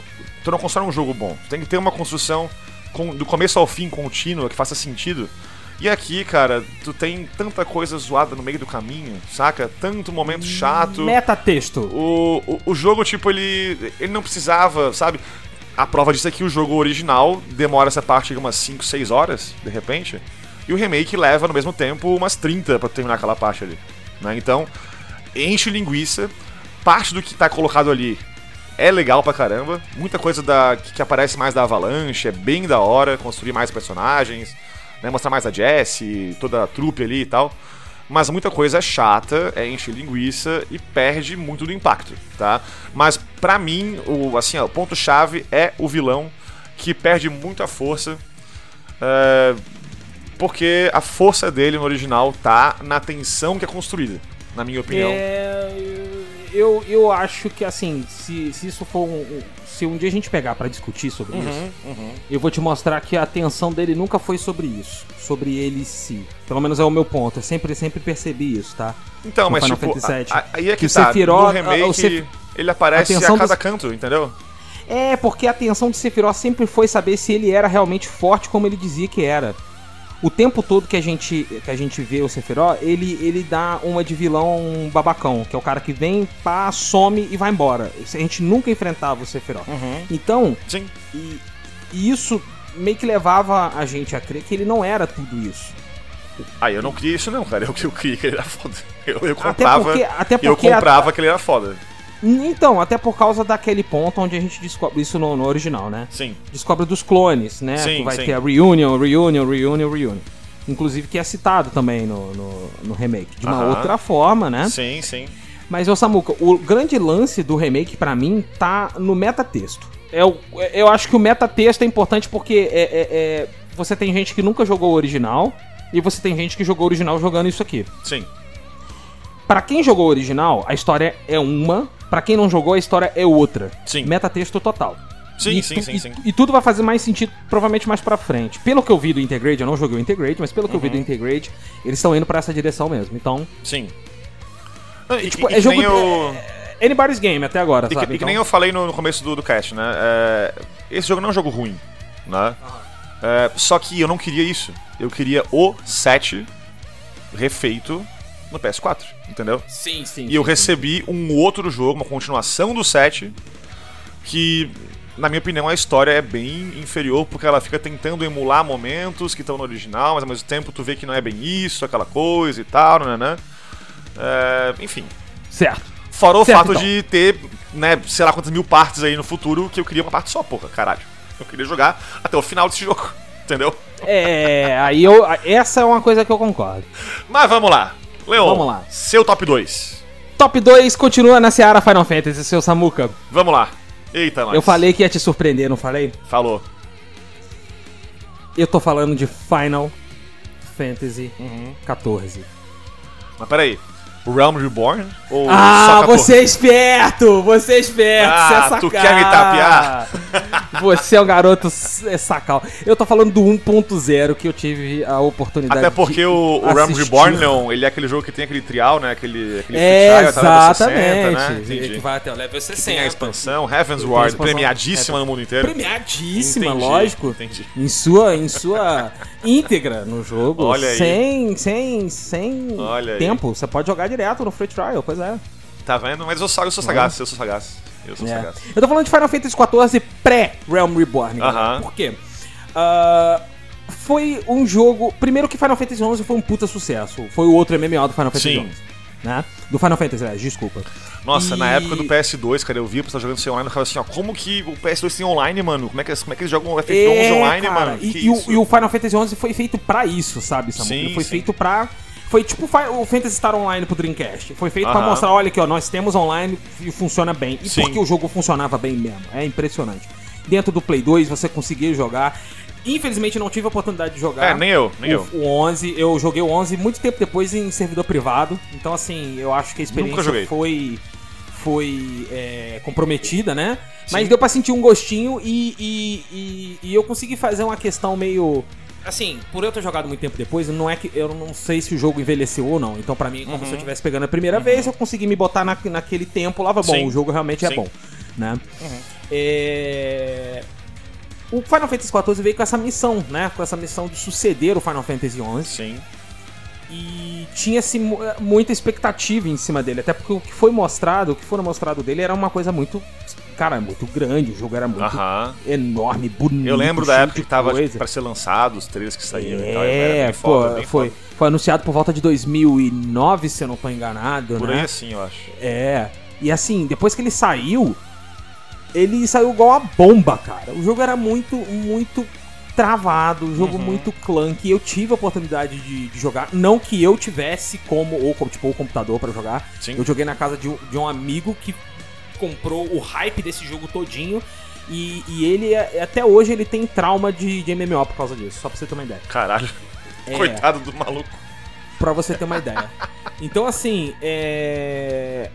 [SPEAKER 2] tu não constrói um jogo bom. Tu tem que ter uma construção com- do começo ao fim contínua que faça sentido. E aqui, cara, tu tem tanta coisa zoada no meio do caminho, saca? Tanto momento
[SPEAKER 1] Hum,
[SPEAKER 2] chato.
[SPEAKER 1] é Meta-texto.
[SPEAKER 2] O, o, o jogo, tipo, ele, ele não precisava, sabe? A prova disso é que o jogo original demora essa parte de umas 5, 6 horas, de repente. E o remake leva, no mesmo tempo, umas 30 pra terminar aquela parte ali. Né? Então, enche linguiça. Parte do que tá colocado ali é legal pra caramba. Muita coisa da, que, que aparece mais da Avalanche é bem da hora. Construir mais personagens, né? mostrar mais a Jessie, toda a trupe ali e tal. Mas muita coisa é chata, é encher linguiça e perde muito do impacto, tá? Mas pra mim, o assim, ó, o ponto chave é o vilão que perde muita força. é, porque a força dele no original tá na tensão que é construída, na minha opinião.
[SPEAKER 1] É, eu, eu acho que assim, se, se isso for um, um- Se um dia a gente pegar pra discutir sobre
[SPEAKER 2] Uhum,
[SPEAKER 1] isso, eu vou te mostrar que a atenção dele nunca foi sobre isso. Sobre ele em si. Pelo menos é o meu ponto. Eu sempre, sempre percebi isso, tá?
[SPEAKER 2] Então,
[SPEAKER 1] no
[SPEAKER 2] mas
[SPEAKER 1] Final
[SPEAKER 2] tipo,
[SPEAKER 1] Fantasy
[SPEAKER 2] a- a- aí é
[SPEAKER 1] Que
[SPEAKER 2] que
[SPEAKER 1] o
[SPEAKER 2] tá,
[SPEAKER 1] Sephiroth-
[SPEAKER 2] no
[SPEAKER 1] a-
[SPEAKER 2] remake
[SPEAKER 1] o Seph-
[SPEAKER 2] ele aparece a
[SPEAKER 1] atenção
[SPEAKER 2] cada
[SPEAKER 1] dos-
[SPEAKER 2] canto, entendeu?
[SPEAKER 1] É, porque a atenção de Sephiroth sempre foi saber se ele era realmente forte como ele dizia que era. O tempo todo que a gente, que a gente vê o Sephiroth, ele, ele dá uma de vilão babacão, que é o cara que vem, pá, some e vai embora. A gente nunca enfrentava o Sephiroth.
[SPEAKER 2] Uhum.
[SPEAKER 1] Então,
[SPEAKER 2] Sim.
[SPEAKER 1] e, e isso meio que levava a gente a crer que ele não era tudo isso.
[SPEAKER 2] Aí eu não queria isso não, cara, eu, eu queria que ele era foda. Eu, eu
[SPEAKER 1] Até
[SPEAKER 2] comprava,
[SPEAKER 1] porque- até
[SPEAKER 2] eu
[SPEAKER 1] porque a-
[SPEAKER 2] comprava que ele era foda.
[SPEAKER 1] Então, até por causa daquele ponto onde a gente descobre isso no, no original, né?
[SPEAKER 2] Sim.
[SPEAKER 1] descobre dos clones, né?
[SPEAKER 2] Sim,
[SPEAKER 1] que vai
[SPEAKER 2] sim.
[SPEAKER 1] ter a Reunion, Reunion, Reunion, Reunion. Inclusive que é citado também no, no, no remake, de uma
[SPEAKER 2] Aham.
[SPEAKER 1] outra forma, né?
[SPEAKER 2] Sim, sim.
[SPEAKER 1] Mas, ô Samuca, o grande lance do remake pra mim tá no metatexto. É o- eu acho que o metatexto é importante porque é, é- é- você tem gente que nunca jogou o original e você tem gente que jogou o original jogando isso aqui.
[SPEAKER 2] Sim.
[SPEAKER 1] Pra quem jogou o original, a história é uma. Pra quem não jogou, a história é outra.
[SPEAKER 2] Sim.
[SPEAKER 1] Metatexto total.
[SPEAKER 2] Sim,
[SPEAKER 1] E
[SPEAKER 2] sim,
[SPEAKER 1] tu-
[SPEAKER 2] sim,
[SPEAKER 1] e-
[SPEAKER 2] sim.
[SPEAKER 1] E tudo vai fazer mais sentido provavelmente mais pra frente. Pelo que eu vi do Integrate, eu não joguei o Integrate, mas pelo que eu vi do
[SPEAKER 2] Uhum.
[SPEAKER 1] Integrate, eles estão indo pra essa direção mesmo. Então,
[SPEAKER 2] Sim. Não, E,
[SPEAKER 1] tipo,
[SPEAKER 2] e
[SPEAKER 1] é
[SPEAKER 2] que
[SPEAKER 1] jogo
[SPEAKER 2] nem
[SPEAKER 1] de-
[SPEAKER 2] eu-
[SPEAKER 1] é anybody's game até agora,
[SPEAKER 2] E que,
[SPEAKER 1] sabe?
[SPEAKER 2] e que
[SPEAKER 1] Então,
[SPEAKER 2] nem eu falei no, no começo do, do cast, né? É, esse jogo não é um jogo ruim, né? É, só que eu não queria isso. Eu queria o 7 refeito no PS4, entendeu?
[SPEAKER 1] Sim, sim.
[SPEAKER 2] E eu
[SPEAKER 1] sim,
[SPEAKER 2] recebi um outro jogo, uma continuação do 7, que, na minha opinião, a história é bem inferior, porque ela fica tentando emular momentos que estão no original, mas ao mesmo tempo tu vê que não é bem isso, aquela coisa e tal, né? né? É, enfim.
[SPEAKER 1] sim. Certo.
[SPEAKER 2] Fora o
[SPEAKER 1] Certo,
[SPEAKER 2] fato
[SPEAKER 1] então.
[SPEAKER 2] de ter, né, sei lá quantas mil partes aí no futuro, que eu queria uma parte só, porra, caralho. Eu queria jogar até o final desse jogo, entendeu?
[SPEAKER 1] É, aí eu. Essa é uma coisa que eu concordo.
[SPEAKER 2] Mas vamos lá. Leon,
[SPEAKER 1] Vamos lá.
[SPEAKER 2] seu top 2.
[SPEAKER 1] Top 2 continua na Seara Final Fantasy, seu Samuka.
[SPEAKER 2] Vamos lá. Eita, nós.
[SPEAKER 1] Eu falei que ia te surpreender, não falei?
[SPEAKER 2] Falou.
[SPEAKER 1] Eu tô falando de Final Fantasy
[SPEAKER 2] Uhum.
[SPEAKER 1] 14.
[SPEAKER 2] Mas peraí, Realm Reborn? Ou
[SPEAKER 1] Ah,
[SPEAKER 2] só 14?
[SPEAKER 1] você é esperto! Você é esperto!
[SPEAKER 2] Ah,
[SPEAKER 1] você é sacal.
[SPEAKER 2] tu quer me tapear?
[SPEAKER 1] você é um garoto s- é sacal. Eu tô falando do 1.0 que eu tive a oportunidade
[SPEAKER 2] Até porque
[SPEAKER 1] de
[SPEAKER 2] o, o Realm
[SPEAKER 1] assistir.
[SPEAKER 2] Reborn, Leon, ele é aquele jogo que tem aquele trial, né? Aquele, aquele
[SPEAKER 1] É,
[SPEAKER 2] free trial, tá? Level 60,
[SPEAKER 1] exatamente.
[SPEAKER 2] né? Entendi.
[SPEAKER 1] que vai até o level 60.
[SPEAKER 2] Tem a expansão, Heaven's Ward,
[SPEAKER 1] expansão. É,
[SPEAKER 2] premiadíssima no mundo inteiro.
[SPEAKER 1] Premiadíssima,
[SPEAKER 2] Entendi,
[SPEAKER 1] lógico.
[SPEAKER 2] entendi.
[SPEAKER 1] Em sua, em sua íntegra no jogo.
[SPEAKER 2] Olha aí.
[SPEAKER 1] Sem, sem, sem
[SPEAKER 2] Olha aí.
[SPEAKER 1] tempo. Você pode jogar direto no Free Trial, pois é.
[SPEAKER 2] Tá vendo? Mas eu sou, eu sou sagaz, eu sou sagaz. Eu sou
[SPEAKER 1] É.
[SPEAKER 2] sagaz.
[SPEAKER 1] Eu tô falando de Final Fantasy XIV pré-Realm Reborn. galera.
[SPEAKER 2] Aham.
[SPEAKER 1] Por quê? Ah, foi um jogo. Primeiro que Final Fantasy XI foi um puta sucesso. Foi o outro MMO do Final Fantasy
[SPEAKER 2] Sim.
[SPEAKER 1] XI. Né? Do Final Fantasy, aliás, desculpa.
[SPEAKER 2] Nossa,
[SPEAKER 1] E-
[SPEAKER 2] na época do PS2, cara, eu via o pessoal jogando sem online, eu ficava assim, ó, como que o PS2 tem online, mano? Como é que, como é que eles jogam FF11
[SPEAKER 1] É,
[SPEAKER 2] online,
[SPEAKER 1] cara,
[SPEAKER 2] mano?
[SPEAKER 1] E,
[SPEAKER 2] Que
[SPEAKER 1] e o,
[SPEAKER 2] isso?
[SPEAKER 1] e o Final Fantasy XI foi feito pra isso, sabe, Samu?
[SPEAKER 2] Sim,
[SPEAKER 1] Ele foi
[SPEAKER 2] sim.
[SPEAKER 1] feito pra. Foi tipo o Fi- o Phantasy Star Online pro Dreamcast. Foi feito pra
[SPEAKER 2] Aham.
[SPEAKER 1] mostrar, olha aqui, ó, nós temos online e funciona bem. E
[SPEAKER 2] Sim.
[SPEAKER 1] porque o jogo funcionava bem mesmo. É impressionante. Dentro do Play 2 você conseguia jogar. Infelizmente não tive a oportunidade de jogar.
[SPEAKER 2] É, nem eu, nem
[SPEAKER 1] o,
[SPEAKER 2] eu.
[SPEAKER 1] o 11, eu joguei o 11 muito tempo depois em servidor privado. Então, assim, eu acho que a
[SPEAKER 2] Nunca joguei.
[SPEAKER 1] experiência foi, foi é, comprometida, né? Mas deu pra sentir um gostinho e, e, e- e eu consegui fazer uma questão meio. Assim, por eu ter jogado muito tempo depois, não é que eu não sei se o jogo envelheceu ou não. Então, pra mim, como
[SPEAKER 2] Uhum.
[SPEAKER 1] se eu estivesse pegando a primeira vez, eu consegui me botar na, naquele tempo lá. Bom,
[SPEAKER 2] Sim.
[SPEAKER 1] o jogo realmente é
[SPEAKER 2] Sim. Uhum.
[SPEAKER 1] bom, né? É... O Final Fantasy XIV veio com essa missão, né? Com essa missão de suceder o Final Fantasy XI.
[SPEAKER 2] Sim.
[SPEAKER 1] E tinha-se mu- eh, muita expectativa em cima dele. Até porque o que foi mostrado, o que foram mostrado dele era uma coisa muito. Cara, muito grande. O jogo era muito
[SPEAKER 2] Aham.
[SPEAKER 1] enorme, bonito.
[SPEAKER 2] Eu lembro da
[SPEAKER 1] cheio
[SPEAKER 2] época
[SPEAKER 1] de
[SPEAKER 2] que tava tipo,
[SPEAKER 1] coisa.
[SPEAKER 2] pra ser lançado, os trailers que saíram e tal.
[SPEAKER 1] É,
[SPEAKER 2] bem
[SPEAKER 1] pô,
[SPEAKER 2] foda, bem
[SPEAKER 1] foi,
[SPEAKER 2] foda.
[SPEAKER 1] foi anunciado por volta de 2009, se eu não tô enganado.
[SPEAKER 2] Por
[SPEAKER 1] né?
[SPEAKER 2] aí assim, eu acho.
[SPEAKER 1] É. E assim, depois que ele saiu, ele saiu igual a bomba, cara. O jogo era muito, muito travado, o jogo muito clunky. Eu tive a oportunidade de, de jogar, não que eu tivesse como ou como, tipo o computador pra jogar.
[SPEAKER 2] Sim.
[SPEAKER 1] Eu joguei na casa de, um- de um amigo que comprou o hype desse jogo todinho. E, e ele, é- até hoje, ele tem trauma de, de MMO por causa disso, só pra você ter uma ideia.
[SPEAKER 2] Caralho.
[SPEAKER 1] É.
[SPEAKER 2] Coitado do maluco.
[SPEAKER 1] Pra você ter uma ideia. Então, assim, é...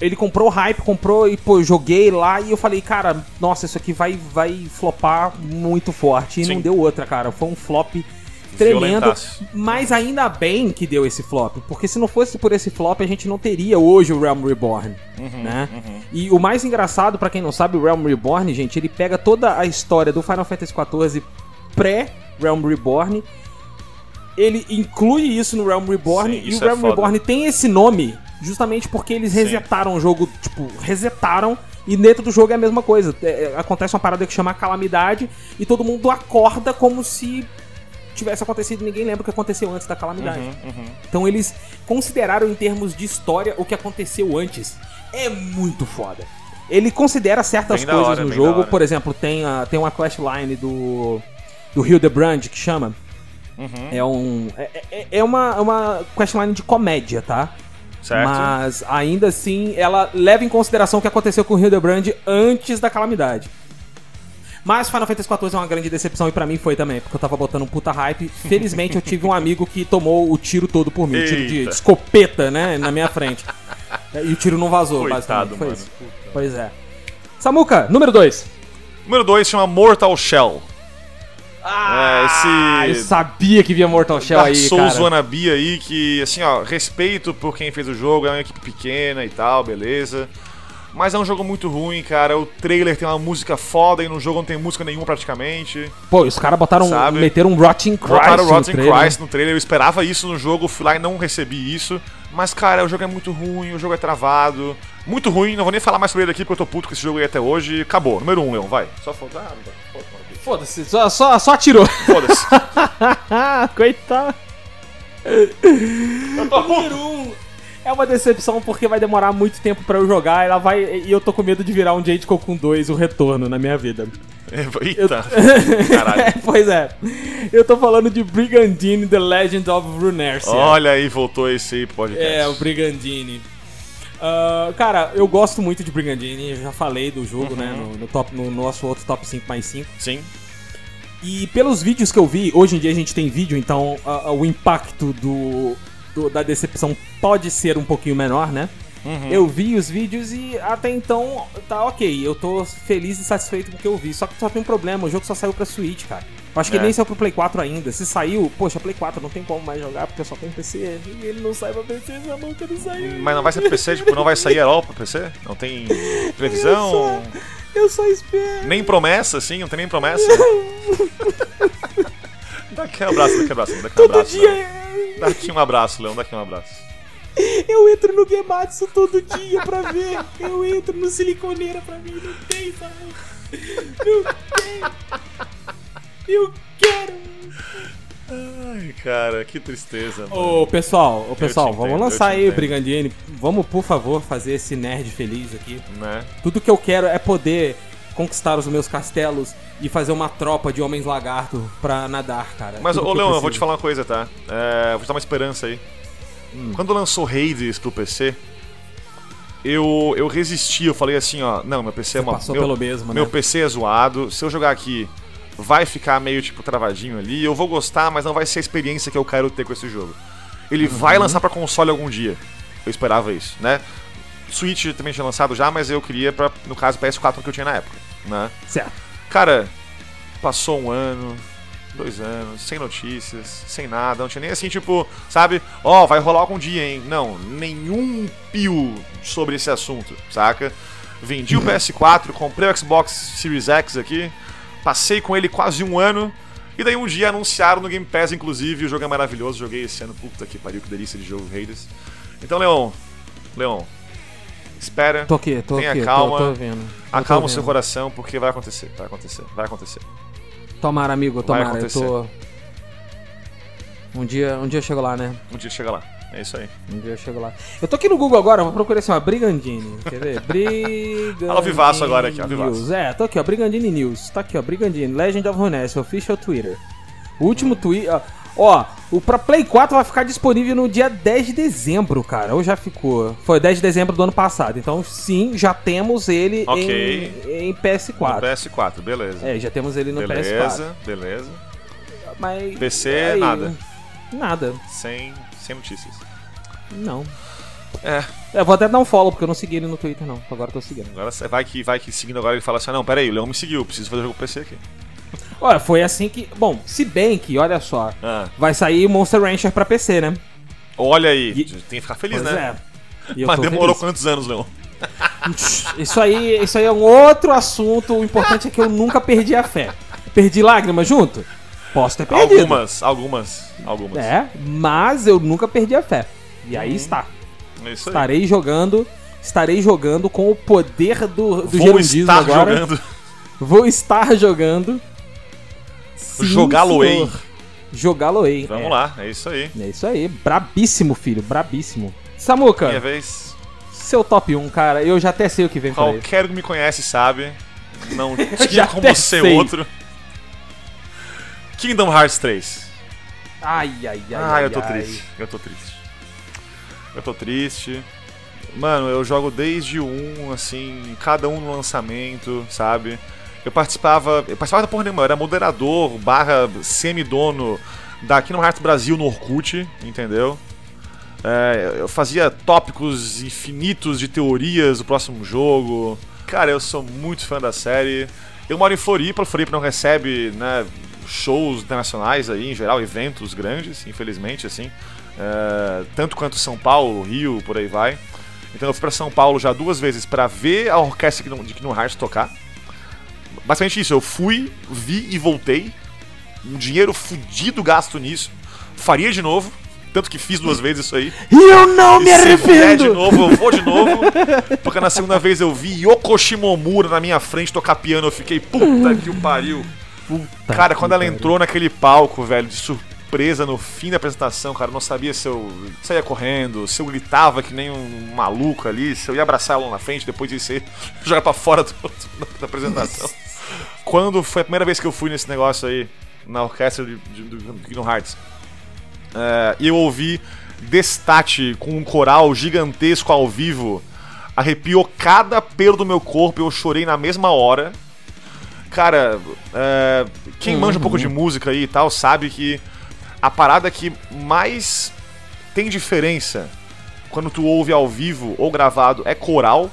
[SPEAKER 1] ele comprou o hype, comprou e, pô, eu joguei lá e eu falei, cara, nossa, isso aqui vai, vai flopar muito forte. E
[SPEAKER 2] Sim.
[SPEAKER 1] não deu outra, cara. Foi um flop tremendo.
[SPEAKER 2] Violentaço.
[SPEAKER 1] Mas ainda bem que deu esse flop, porque se não fosse por esse flop, a gente não teria hoje o Realm Reborn,
[SPEAKER 2] Uhum,
[SPEAKER 1] né? E o mais engraçado, pra quem não sabe, o Realm Reborn, gente, ele pega toda a história do Final Fantasy XIV pré-Realm Reborn ele inclui isso no Realm Reborn
[SPEAKER 2] Sim,
[SPEAKER 1] e
[SPEAKER 2] isso
[SPEAKER 1] o
[SPEAKER 2] é
[SPEAKER 1] Realm
[SPEAKER 2] foda.
[SPEAKER 1] Reborn tem esse nome justamente porque eles
[SPEAKER 2] Sim.
[SPEAKER 1] resetaram o jogo, tipo, resetaram e dentro do jogo é a mesma coisa. É, é, acontece uma parada que chama calamidade e todo mundo acorda como se tivesse acontecido, ninguém lembra o que aconteceu antes da calamidade.
[SPEAKER 2] Uhum,
[SPEAKER 1] Então eles consideraram em termos de história o que aconteceu antes. É muito foda. Ele considera certas
[SPEAKER 2] Bem da
[SPEAKER 1] coisas
[SPEAKER 2] hora,
[SPEAKER 1] no
[SPEAKER 2] bem da
[SPEAKER 1] jogo,
[SPEAKER 2] hora.
[SPEAKER 1] por exemplo, tem, a, tem uma questline do do Hildebrand que chama,
[SPEAKER 2] Uhum.
[SPEAKER 1] é um. É, é- é uma, é uma questline de comédia, tá?
[SPEAKER 2] Certo?
[SPEAKER 1] Mas ainda assim, ela leva em consideração o que aconteceu com o Hildebrand antes da calamidade. Mas Final Fantasy XIV é uma grande decepção e pra mim foi também, porque eu tava botando um puta hype. Felizmente eu tive um amigo que tomou o tiro todo por mim, o tiro de
[SPEAKER 2] Eita.
[SPEAKER 1] escopeta, né, na minha frente. E o tiro não vazou,
[SPEAKER 2] Coitado,
[SPEAKER 1] basicamente. Foi
[SPEAKER 2] mano.
[SPEAKER 1] isso. Pois é. Samuca, número 2.
[SPEAKER 2] Número 2 chama Mortal Shell. Ah,
[SPEAKER 1] eu sabia que via Mortal Shell
[SPEAKER 2] Dark
[SPEAKER 1] aí,
[SPEAKER 2] Souls
[SPEAKER 1] cara.
[SPEAKER 2] wannabe aí, que, assim, ó, respeito por quem fez o jogo, é uma equipe pequena e tal, beleza. Mas é um jogo muito ruim, cara. O trailer tem uma música foda e no jogo não tem música nenhuma praticamente.
[SPEAKER 1] Pô, e os caras botaram,
[SPEAKER 2] Sabe?
[SPEAKER 1] meteram um Rotting Christ
[SPEAKER 2] Botaram
[SPEAKER 1] no
[SPEAKER 2] Rotten
[SPEAKER 1] trailer.
[SPEAKER 2] Christ no trailer, eu esperava isso no jogo, fui lá e não recebi isso. Mas, cara, o jogo é muito ruim, o jogo é travado. Muito ruim, não vou nem falar mais sobre ele aqui porque eu tô puto com esse jogo aí até hoje. Acabou, número 1, um, Leon, vai. Só falta. Ah,
[SPEAKER 1] Foda-se, só, só, só atirou.
[SPEAKER 2] Foda-se.
[SPEAKER 1] Ah, coitado. Número um. É uma decepção porque vai demorar muito tempo pra eu jogar. Ela vai e eu tô com medo de virar um Jade Cocoon 2 o retorno na minha vida.
[SPEAKER 2] Eita. Caralho.
[SPEAKER 1] pois é. Eu tô falando de Brigandine The Legend of Runeterra.
[SPEAKER 2] Olha aí, voltou esse podcast.
[SPEAKER 1] É, o Brigandine. Ah, cara, eu gosto muito de Brigandine, eu já falei do jogo, né? No, no top, no nosso outro top 5 mais 5.
[SPEAKER 2] Sim.
[SPEAKER 1] E pelos vídeos que eu vi, hoje em dia a gente tem vídeo, então a- a- o impacto do, do- da decepção pode ser um pouquinho menor, né?
[SPEAKER 2] Uhum.
[SPEAKER 1] Eu vi os vídeos e até então tá ok. Eu tô feliz e satisfeito com o que eu vi. Só que só tem um problema, o jogo só saiu pra Switch, cara. Eu acho que
[SPEAKER 2] É.
[SPEAKER 1] nem saiu pro Play 4 ainda. Se saiu, poxa, Play 4 não tem como mais jogar porque só tem PC. E ele não sai pra PC, essa banca não saiu.
[SPEAKER 2] Mas não vai ser pro PC, tipo, não vai sair herói pro PC? Não tem previsão?
[SPEAKER 1] Eu só espero.
[SPEAKER 2] Nem promessa, assim? Não tem nem promessa? dá aqui um abraço, dá aqui um abraço, dá aqui um
[SPEAKER 1] Todo
[SPEAKER 2] abraço.
[SPEAKER 1] dia é.
[SPEAKER 2] Leão. Dá aqui um abraço, Leão, dá aqui um abraço.
[SPEAKER 1] Eu entro no Gematsu todo dia pra ver. Eu entro no Siliconeira pra ver. Não tem, sabe? Não tem. Eu quero.
[SPEAKER 2] Ai, cara, que tristeza, mano.
[SPEAKER 1] Ô, pessoal, ô, pessoal,
[SPEAKER 2] te
[SPEAKER 1] vamos
[SPEAKER 2] entendo,
[SPEAKER 1] lançar
[SPEAKER 2] eu te
[SPEAKER 1] aí o
[SPEAKER 2] entendo.
[SPEAKER 1] Brigandiane. Vamos, por favor, fazer esse nerd feliz aqui.
[SPEAKER 2] Né?
[SPEAKER 1] Tudo que eu quero é poder conquistar os meus castelos e fazer uma tropa de homens lagarto pra nadar, cara.
[SPEAKER 2] Mas,
[SPEAKER 1] Tudo
[SPEAKER 2] ô
[SPEAKER 1] que
[SPEAKER 2] Leão, eu vou te
[SPEAKER 1] preciso.
[SPEAKER 2] falar uma coisa, tá? É, vou te dar uma esperança aí.
[SPEAKER 1] Hum.
[SPEAKER 2] Quando lançou Hades pro PC, eu, eu resisti, eu falei assim, ó, não, meu PC é uma.
[SPEAKER 1] passou
[SPEAKER 2] meu,
[SPEAKER 1] pelo mesmo, né?
[SPEAKER 2] Meu PC é zoado, se eu jogar aqui, vai ficar meio tipo travadinho ali, eu vou gostar, mas não vai ser a experiência que eu quero ter com esse jogo. Ele
[SPEAKER 1] Uhum.
[SPEAKER 2] vai lançar pra console algum dia. Eu esperava isso, né? Switch também tinha lançado já, mas eu queria pra, no caso, PS4 que eu tinha na época, né?
[SPEAKER 1] Certo.
[SPEAKER 2] Cara, passou um ano, dois anos, sem notícias, sem nada, não tinha nem assim, tipo, sabe? Ó, vai rolar algum dia, hein? Não, nenhum pio sobre esse assunto, saca? Vendi o PS4, comprei o Xbox Series X aqui, passei com ele quase um ano, e daí um dia anunciaram no Game Pass, inclusive, o jogo é maravilhoso, joguei esse ano, puta que pariu, que delícia de jogo, Raiders. Então, Leon, Leon, espera.
[SPEAKER 3] Tô aqui, tô
[SPEAKER 2] Tenha
[SPEAKER 3] aqui, tô-
[SPEAKER 2] calma.
[SPEAKER 3] tô, vendo.
[SPEAKER 2] Acalma o
[SPEAKER 3] vendo.
[SPEAKER 2] seu coração, porque vai acontecer, vai acontecer, vai acontecer.
[SPEAKER 3] Tomara, amigo,
[SPEAKER 2] Vai
[SPEAKER 3] tomara. Eu tô. Um dia, um dia eu chego lá, né?
[SPEAKER 2] Um dia chega lá. É isso aí.
[SPEAKER 3] Um dia eu chego lá. Eu tô aqui no Google agora, eu vou procurar assim, ó, Brigandini. Quer ver? Brigandini.
[SPEAKER 2] Ao vivaço agora aqui, ao vivaço.
[SPEAKER 3] News. É, tô aqui, ó, Brigandini News. Tá aqui, ó, Brigandini. Legend of Runesca, official Twitter. O último tweet. Ó, ó, o pra Play 4 vai ficar disponível no dia 10 de dezembro, cara. Ou já ficou? Foi 10 de dezembro do ano passado. Então, sim, já temos ele
[SPEAKER 2] Ok.
[SPEAKER 3] em, em
[SPEAKER 2] No
[SPEAKER 3] PS4.
[SPEAKER 2] PS4, beleza.
[SPEAKER 3] É, já temos ele no PS4.
[SPEAKER 2] beleza, beleza.
[SPEAKER 3] Mas. é
[SPEAKER 2] PC, nada.
[SPEAKER 3] Nada,
[SPEAKER 2] Sem, sem notícias.
[SPEAKER 3] não.
[SPEAKER 2] É.
[SPEAKER 3] Eu vou até dar um follow, porque eu não segui ele no Twitter, não. Agora eu tô seguindo.
[SPEAKER 2] Agora você vai que vai que seguindo agora ele fala assim: "Ah, não, pera aí, o Leão me seguiu, preciso fazer jogo pro PC aqui.
[SPEAKER 3] Olha, foi assim que. Bom, se bem que, olha só,
[SPEAKER 2] Ah,
[SPEAKER 3] vai sair Monster Rancher pra PC, né?
[SPEAKER 2] olha aí,
[SPEAKER 3] E-
[SPEAKER 2] tem que ficar feliz,
[SPEAKER 3] Pois
[SPEAKER 2] né?
[SPEAKER 3] é. E eu
[SPEAKER 2] Mas
[SPEAKER 3] tô
[SPEAKER 2] demorou
[SPEAKER 3] feliz.
[SPEAKER 2] quantos anos, Leão?
[SPEAKER 3] Isso aí, isso aí é um outro assunto. O importante é que eu nunca perdi a fé. Perdi lágrimas junto? Posso ter perdido.
[SPEAKER 2] Algumas, algumas, algumas.
[SPEAKER 3] É, mas eu nunca perdi a fé. E aí está.
[SPEAKER 2] É isso aí.
[SPEAKER 3] Estarei jogando. Estarei jogando com o poder do, do
[SPEAKER 2] Vou
[SPEAKER 3] gerundismo
[SPEAKER 2] estar
[SPEAKER 3] agora.
[SPEAKER 2] jogando.
[SPEAKER 3] Vou estar jogando. Sim,
[SPEAKER 2] Jogá-lo-ei.
[SPEAKER 3] senhor. Jogá-lo-ei.
[SPEAKER 2] Vamos
[SPEAKER 3] é.
[SPEAKER 2] lá, é isso aí.
[SPEAKER 3] É isso aí, brabíssimo, filho, brabíssimo. Samuca,
[SPEAKER 2] Minha vez.
[SPEAKER 3] seu top 1, cara, eu já até sei o que vem por aí.
[SPEAKER 2] Qualquer um que me conhece sabe. Não
[SPEAKER 3] já
[SPEAKER 2] tinha como
[SPEAKER 3] até
[SPEAKER 2] ser
[SPEAKER 3] sei.
[SPEAKER 2] outro. Kingdom Hearts 3.
[SPEAKER 3] Ai, ai, ai.
[SPEAKER 2] Ah,
[SPEAKER 3] ai,
[SPEAKER 2] eu tô
[SPEAKER 3] ai.
[SPEAKER 2] triste. Eu tô triste. Eu tô triste. Mano, eu jogo desde um, assim, cada um no lançamento, sabe? Eu participava. Eu participava da porra nenhuma, eu era moderador barra semidono da Kingdom Hearts Brasil no Orkut, entendeu? É, eu fazia tópicos infinitos de teorias do próximo jogo. Cara, eu sou muito fã da série. Eu moro em Floripa, Floripa não recebe né, shows internacionais aí, em geral, eventos grandes, infelizmente, assim. É, tanto quanto São Paulo, Rio, por aí vai. Então eu fui pra São Paulo já duas vezes pra ver a orquestra de Kingdom- de Kingdom Hearts tocar. Basicamente isso, eu fui, vi e voltei. Um dinheiro fudido gasto nisso. Faria de novo, tanto que fiz duas vezes isso aí.
[SPEAKER 3] E eu não me
[SPEAKER 2] E se puder de
[SPEAKER 3] arrependo!
[SPEAKER 2] novo, eu vou de novo. Porque na segunda vez eu vi Yoko Shimomura na minha frente tocar piano. Eu fiquei, puta que o pariu. cara, quando ela entrou naquele palco, velho, de surpresa no fim da apresentação, cara, eu não sabia se eu saía correndo, se eu gritava que nem um maluco ali, se eu ia abraçar ela lá na frente, depois de ser jogar pra fora do- do- da apresentação. Quando foi a primeira vez que eu fui nesse negócio aí, na orquestra de, de, do Kingdom Hearts, é, e eu ouvi Destate com um coral gigantesco ao vivo. Arrepiou cada pelo do meu corpo, eu chorei na mesma hora. Cara, é, quem manja um pouco de música aí e tal sabe que a parada que mais tem diferença quando tu ouve ao vivo ou gravado é coral.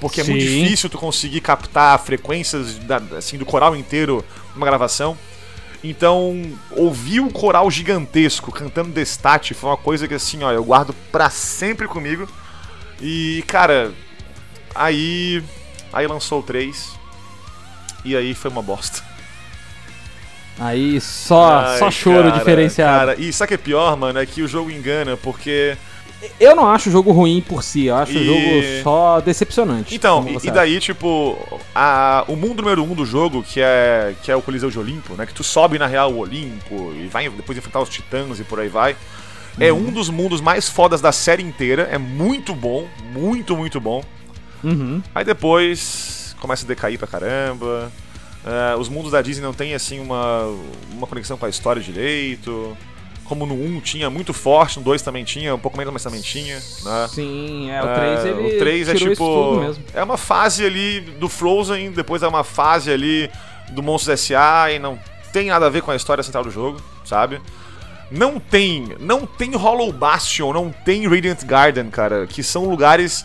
[SPEAKER 2] Porque é muito
[SPEAKER 4] Sim.
[SPEAKER 2] difícil tu conseguir captar frequências da- assim, do coral inteiro numa gravação. Então, ouvir um coral gigantesco cantando Destate foi uma coisa que, assim, ó, eu guardo pra sempre comigo. E, cara, aí. Aí lançou o 3. E aí foi uma bosta.
[SPEAKER 1] Aí só,
[SPEAKER 2] Ai,
[SPEAKER 1] só choro
[SPEAKER 2] cara,
[SPEAKER 1] diferenciado.
[SPEAKER 2] Cara, e sabe o que é pior, mano? É que o jogo engana, porque.
[SPEAKER 4] Eu não acho o jogo ruim por si, eu acho o
[SPEAKER 2] E-
[SPEAKER 4] jogo só decepcionante.
[SPEAKER 2] Então,
[SPEAKER 4] como
[SPEAKER 2] e,
[SPEAKER 4] você
[SPEAKER 2] e
[SPEAKER 4] acha.
[SPEAKER 2] daí, tipo, a- o mundo número um do jogo, que é, que é o Coliseu de Olimpo, né? Que tu sobe na real o Olimpo e vai depois enfrentar os titãs e por aí vai. É
[SPEAKER 4] Uhum.
[SPEAKER 2] um dos mundos mais fodas da série inteira. É muito bom, muito, muito bom.
[SPEAKER 4] Uhum.
[SPEAKER 2] Aí depois começa a decair pra caramba. Ah, os mundos da Disney não tem assim uma, uma conexão com a história direito. Como no 1 tinha muito forte, no 2 também tinha, um pouco menos, mas também tinha. Né?
[SPEAKER 4] Sim, é, o 3
[SPEAKER 2] Ah,
[SPEAKER 4] ele
[SPEAKER 2] o 3 é
[SPEAKER 4] tirou isso tudo
[SPEAKER 2] tipo.
[SPEAKER 4] mesmo.
[SPEAKER 2] É uma fase ali do Frozen, depois é uma fase ali do Monstros S.A. e não tem nada a ver com a história central do jogo, sabe? Não tem, não tem Hollow Bastion, não tem Radiant Garden, cara, que são lugares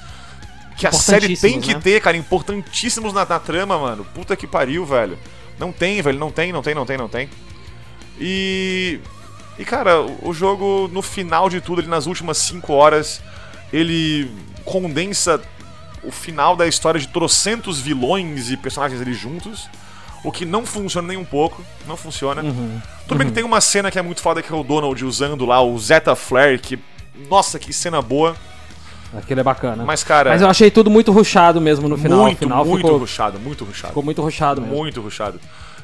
[SPEAKER 2] que a série tem
[SPEAKER 4] Importantíssimos,
[SPEAKER 2] que
[SPEAKER 4] né?
[SPEAKER 2] ter, cara, importantíssimos na, na trama, mano. Puta que pariu, velho. Não tem, velho, não tem, não tem, não tem, não tem. E. E, cara, o- o jogo, no final de tudo, ali nas últimas 5 horas, ele condensa o final da história de trocentos vilões e personagens ali juntos. O que não funciona nem um pouco. Não funciona.
[SPEAKER 4] Uhum.
[SPEAKER 2] Tudo
[SPEAKER 1] Uhum.
[SPEAKER 2] bem que tem uma cena que é muito foda, que é o Donald usando lá o Zeta Flare, que. Nossa, que cena boa.
[SPEAKER 1] Aquilo é bacana. Mas,
[SPEAKER 2] Mas, cara,
[SPEAKER 1] eu achei tudo muito ruchado mesmo no final.
[SPEAKER 2] muito,
[SPEAKER 1] o final
[SPEAKER 2] muito
[SPEAKER 1] ficou,
[SPEAKER 2] ruchado, muito ruchado.
[SPEAKER 1] ficou muito ruchado mesmo.
[SPEAKER 2] Muito ruchado.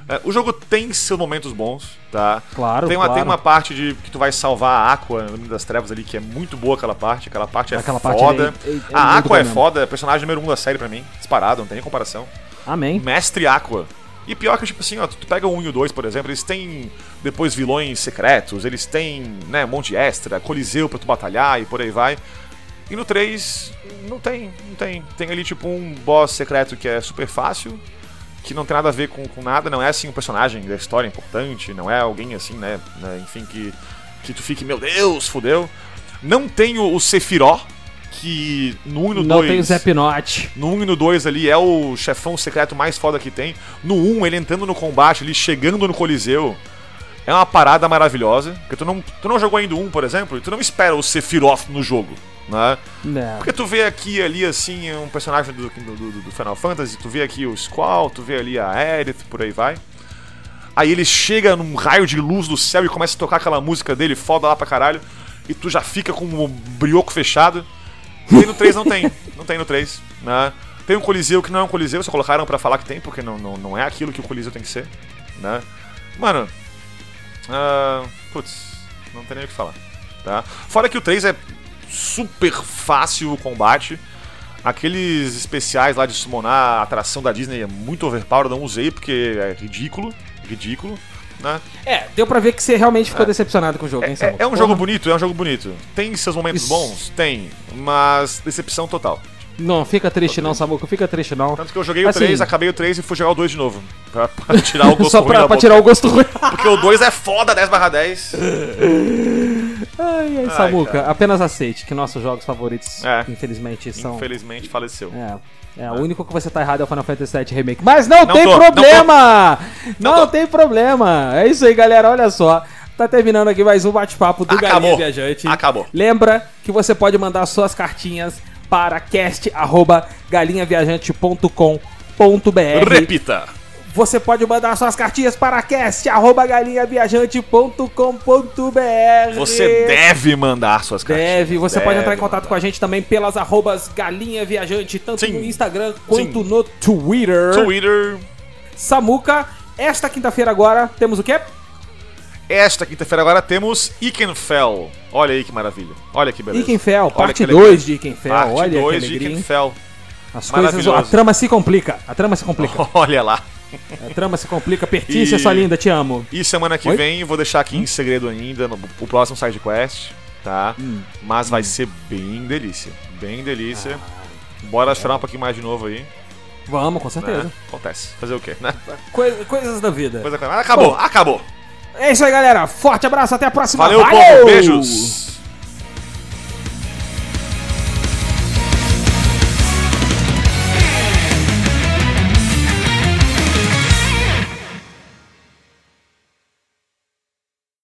[SPEAKER 2] É, o jogo tem seus momentos bons, tá?
[SPEAKER 1] Claro,
[SPEAKER 2] tem uma,
[SPEAKER 1] claro.
[SPEAKER 2] Tem uma parte de que tu vai salvar a Aqua no Mundo das Trevas ali, que é muito boa aquela parte. Aquela parte é
[SPEAKER 1] Aquela parte
[SPEAKER 2] foda.
[SPEAKER 1] é- é- é
[SPEAKER 2] a
[SPEAKER 1] muito
[SPEAKER 2] Aqua
[SPEAKER 1] boa
[SPEAKER 2] é
[SPEAKER 1] mesmo.
[SPEAKER 2] foda, personagem número um da série pra mim. Disparado, não tem nem comparação.
[SPEAKER 1] Amém.
[SPEAKER 2] Mestre Aqua. E pior que, tipo assim, ó, tu tu pega o 1 e o 2, por exemplo, eles têm depois vilões secretos, eles têm, né, um monte de extra, coliseu pra tu batalhar e por aí vai. E no 3, não tem, não tem. Tem ali, tipo, um boss secreto que é super fácil, que não tem nada a ver com, com nada, não é, assim, um personagem da história importante, não é alguém, assim, né, né, enfim, que, que tu fique, meu Deus, fudeu. Não tem o, o Sephiroth, que no 1 e no 2...
[SPEAKER 1] Não tem o Zé Pinote.
[SPEAKER 2] No 1 e no 2 ali é o chefão secreto mais foda que tem. No 1, ele entrando no combate, ele chegando no Coliseu. É uma parada maravilhosa. Porque tu não, tu não jogou ainda o 1, por exemplo, e tu não espera o Sephiroth no jogo, né?
[SPEAKER 1] Né.
[SPEAKER 2] Porque tu vê aqui e ali, assim, um personagem do, do, do- do Final Fantasy, tu vê aqui o Squall, tu vê ali a Aerith, por aí vai. Aí ele chega num raio de luz do céu e começa a tocar aquela música dele foda lá pra caralho. E tu já fica com o brioco fechado. E aí no 3 não tem. Não tem no 3. Né? Tem um Coliseu que não é um Coliseu, só colocaram pra falar que tem, porque não, não, não é aquilo que o Coliseu tem que ser. Né? Mano. ah, putz, não tem nem o que falar. Tá? Fora que o 3 é super fácil o combate. Aqueles especiais lá de summonar a atração da Disney é muito overpowered, eu não usei porque é ridículo, ridículo, né?
[SPEAKER 4] É, deu pra ver que você realmente ficou decepcionado com o jogo, hein,
[SPEAKER 2] É,
[SPEAKER 4] Samuel?
[SPEAKER 2] é um jogo bonito, é um jogo bonito. Tem seus momentos
[SPEAKER 4] Isso.
[SPEAKER 2] bons? Tem, mas decepção total.
[SPEAKER 1] Não, fica triste não, Samuca. Fica triste não.
[SPEAKER 2] Tanto que eu joguei o
[SPEAKER 1] Assim.
[SPEAKER 2] 3, acabei o 3 e fui jogar o 2 de novo. Pra, pra tirar o gosto
[SPEAKER 1] Só
[SPEAKER 2] ruim
[SPEAKER 1] pra,
[SPEAKER 2] da
[SPEAKER 1] pra
[SPEAKER 2] boca.
[SPEAKER 1] tirar o gosto ruim.
[SPEAKER 2] Porque o 2 é foda 10 barra 10.
[SPEAKER 1] Ai, ai,
[SPEAKER 2] Ai,
[SPEAKER 1] Samuca,
[SPEAKER 2] cara.
[SPEAKER 1] apenas aceite que nossos jogos favoritos,
[SPEAKER 2] É.
[SPEAKER 1] infelizmente, são.
[SPEAKER 2] Infelizmente faleceu.
[SPEAKER 1] É. É, o único que você tá errado é o Final Fantasy VII Remake. Mas não,
[SPEAKER 2] Não
[SPEAKER 1] tem
[SPEAKER 2] tô, não
[SPEAKER 1] problema! Não,
[SPEAKER 2] Não tô.
[SPEAKER 1] tem problema! É isso aí, galera. Olha só. Tá terminando aqui mais um bate-papo do Galinha
[SPEAKER 2] Acabou.
[SPEAKER 1] Viajante.
[SPEAKER 2] Acabou.
[SPEAKER 1] Lembra que você pode mandar suas cartinhas para cast.galinhaviajante.com.br
[SPEAKER 2] Repita.
[SPEAKER 1] Você pode mandar suas cartinhas para cast.galinhaviajante.com.br
[SPEAKER 2] Você deve mandar suas cartas.
[SPEAKER 1] É. Deve, você
[SPEAKER 2] Deve
[SPEAKER 1] pode entrar em contato
[SPEAKER 2] mandar.
[SPEAKER 1] com a gente também pelas arrobas Galinha Viajante, tanto
[SPEAKER 2] Sim.
[SPEAKER 1] no Instagram quanto
[SPEAKER 2] Sim.
[SPEAKER 1] no Twitter.
[SPEAKER 2] Twitter.
[SPEAKER 1] Samuca, esta quinta-feira agora temos o quê?
[SPEAKER 2] Esta quinta-feira agora temos Ikenfell. Olha aí que maravilha. Olha que beleza.
[SPEAKER 1] Ikenfell,
[SPEAKER 2] Olha
[SPEAKER 1] parte
[SPEAKER 2] que legal.
[SPEAKER 1] 2 de Ikenfell.
[SPEAKER 2] Parte
[SPEAKER 1] Olha que
[SPEAKER 2] 2 de
[SPEAKER 1] alegria. hein?
[SPEAKER 2] Ikenfell.
[SPEAKER 1] As coisas, a
[SPEAKER 2] Maravilhoso.
[SPEAKER 1] trama se complica. A trama se complica.
[SPEAKER 2] Olha lá.
[SPEAKER 1] A trama se complica. Pertícia,
[SPEAKER 2] Ah. E-
[SPEAKER 1] sua linda, te amo.
[SPEAKER 2] E semana que
[SPEAKER 1] Oi? Hum?
[SPEAKER 2] vem, vou deixar aqui em segredo ainda no, o próximo side quest, tá?
[SPEAKER 1] Hum.
[SPEAKER 2] Mas
[SPEAKER 1] Ah,
[SPEAKER 2] vai ser bem delícia. Bem delícia. Bora chorar um pouquinho mais de novo aí.
[SPEAKER 1] Vamos, com certeza.
[SPEAKER 2] Né? Acontece. Fazer o quê? Né?
[SPEAKER 5] Coi- coisas da vida.
[SPEAKER 2] Coisa... Ah, Acabou, acabou.
[SPEAKER 1] É isso aí, galera. Forte abraço, até a próxima.
[SPEAKER 2] Valeu, povo. Beijos.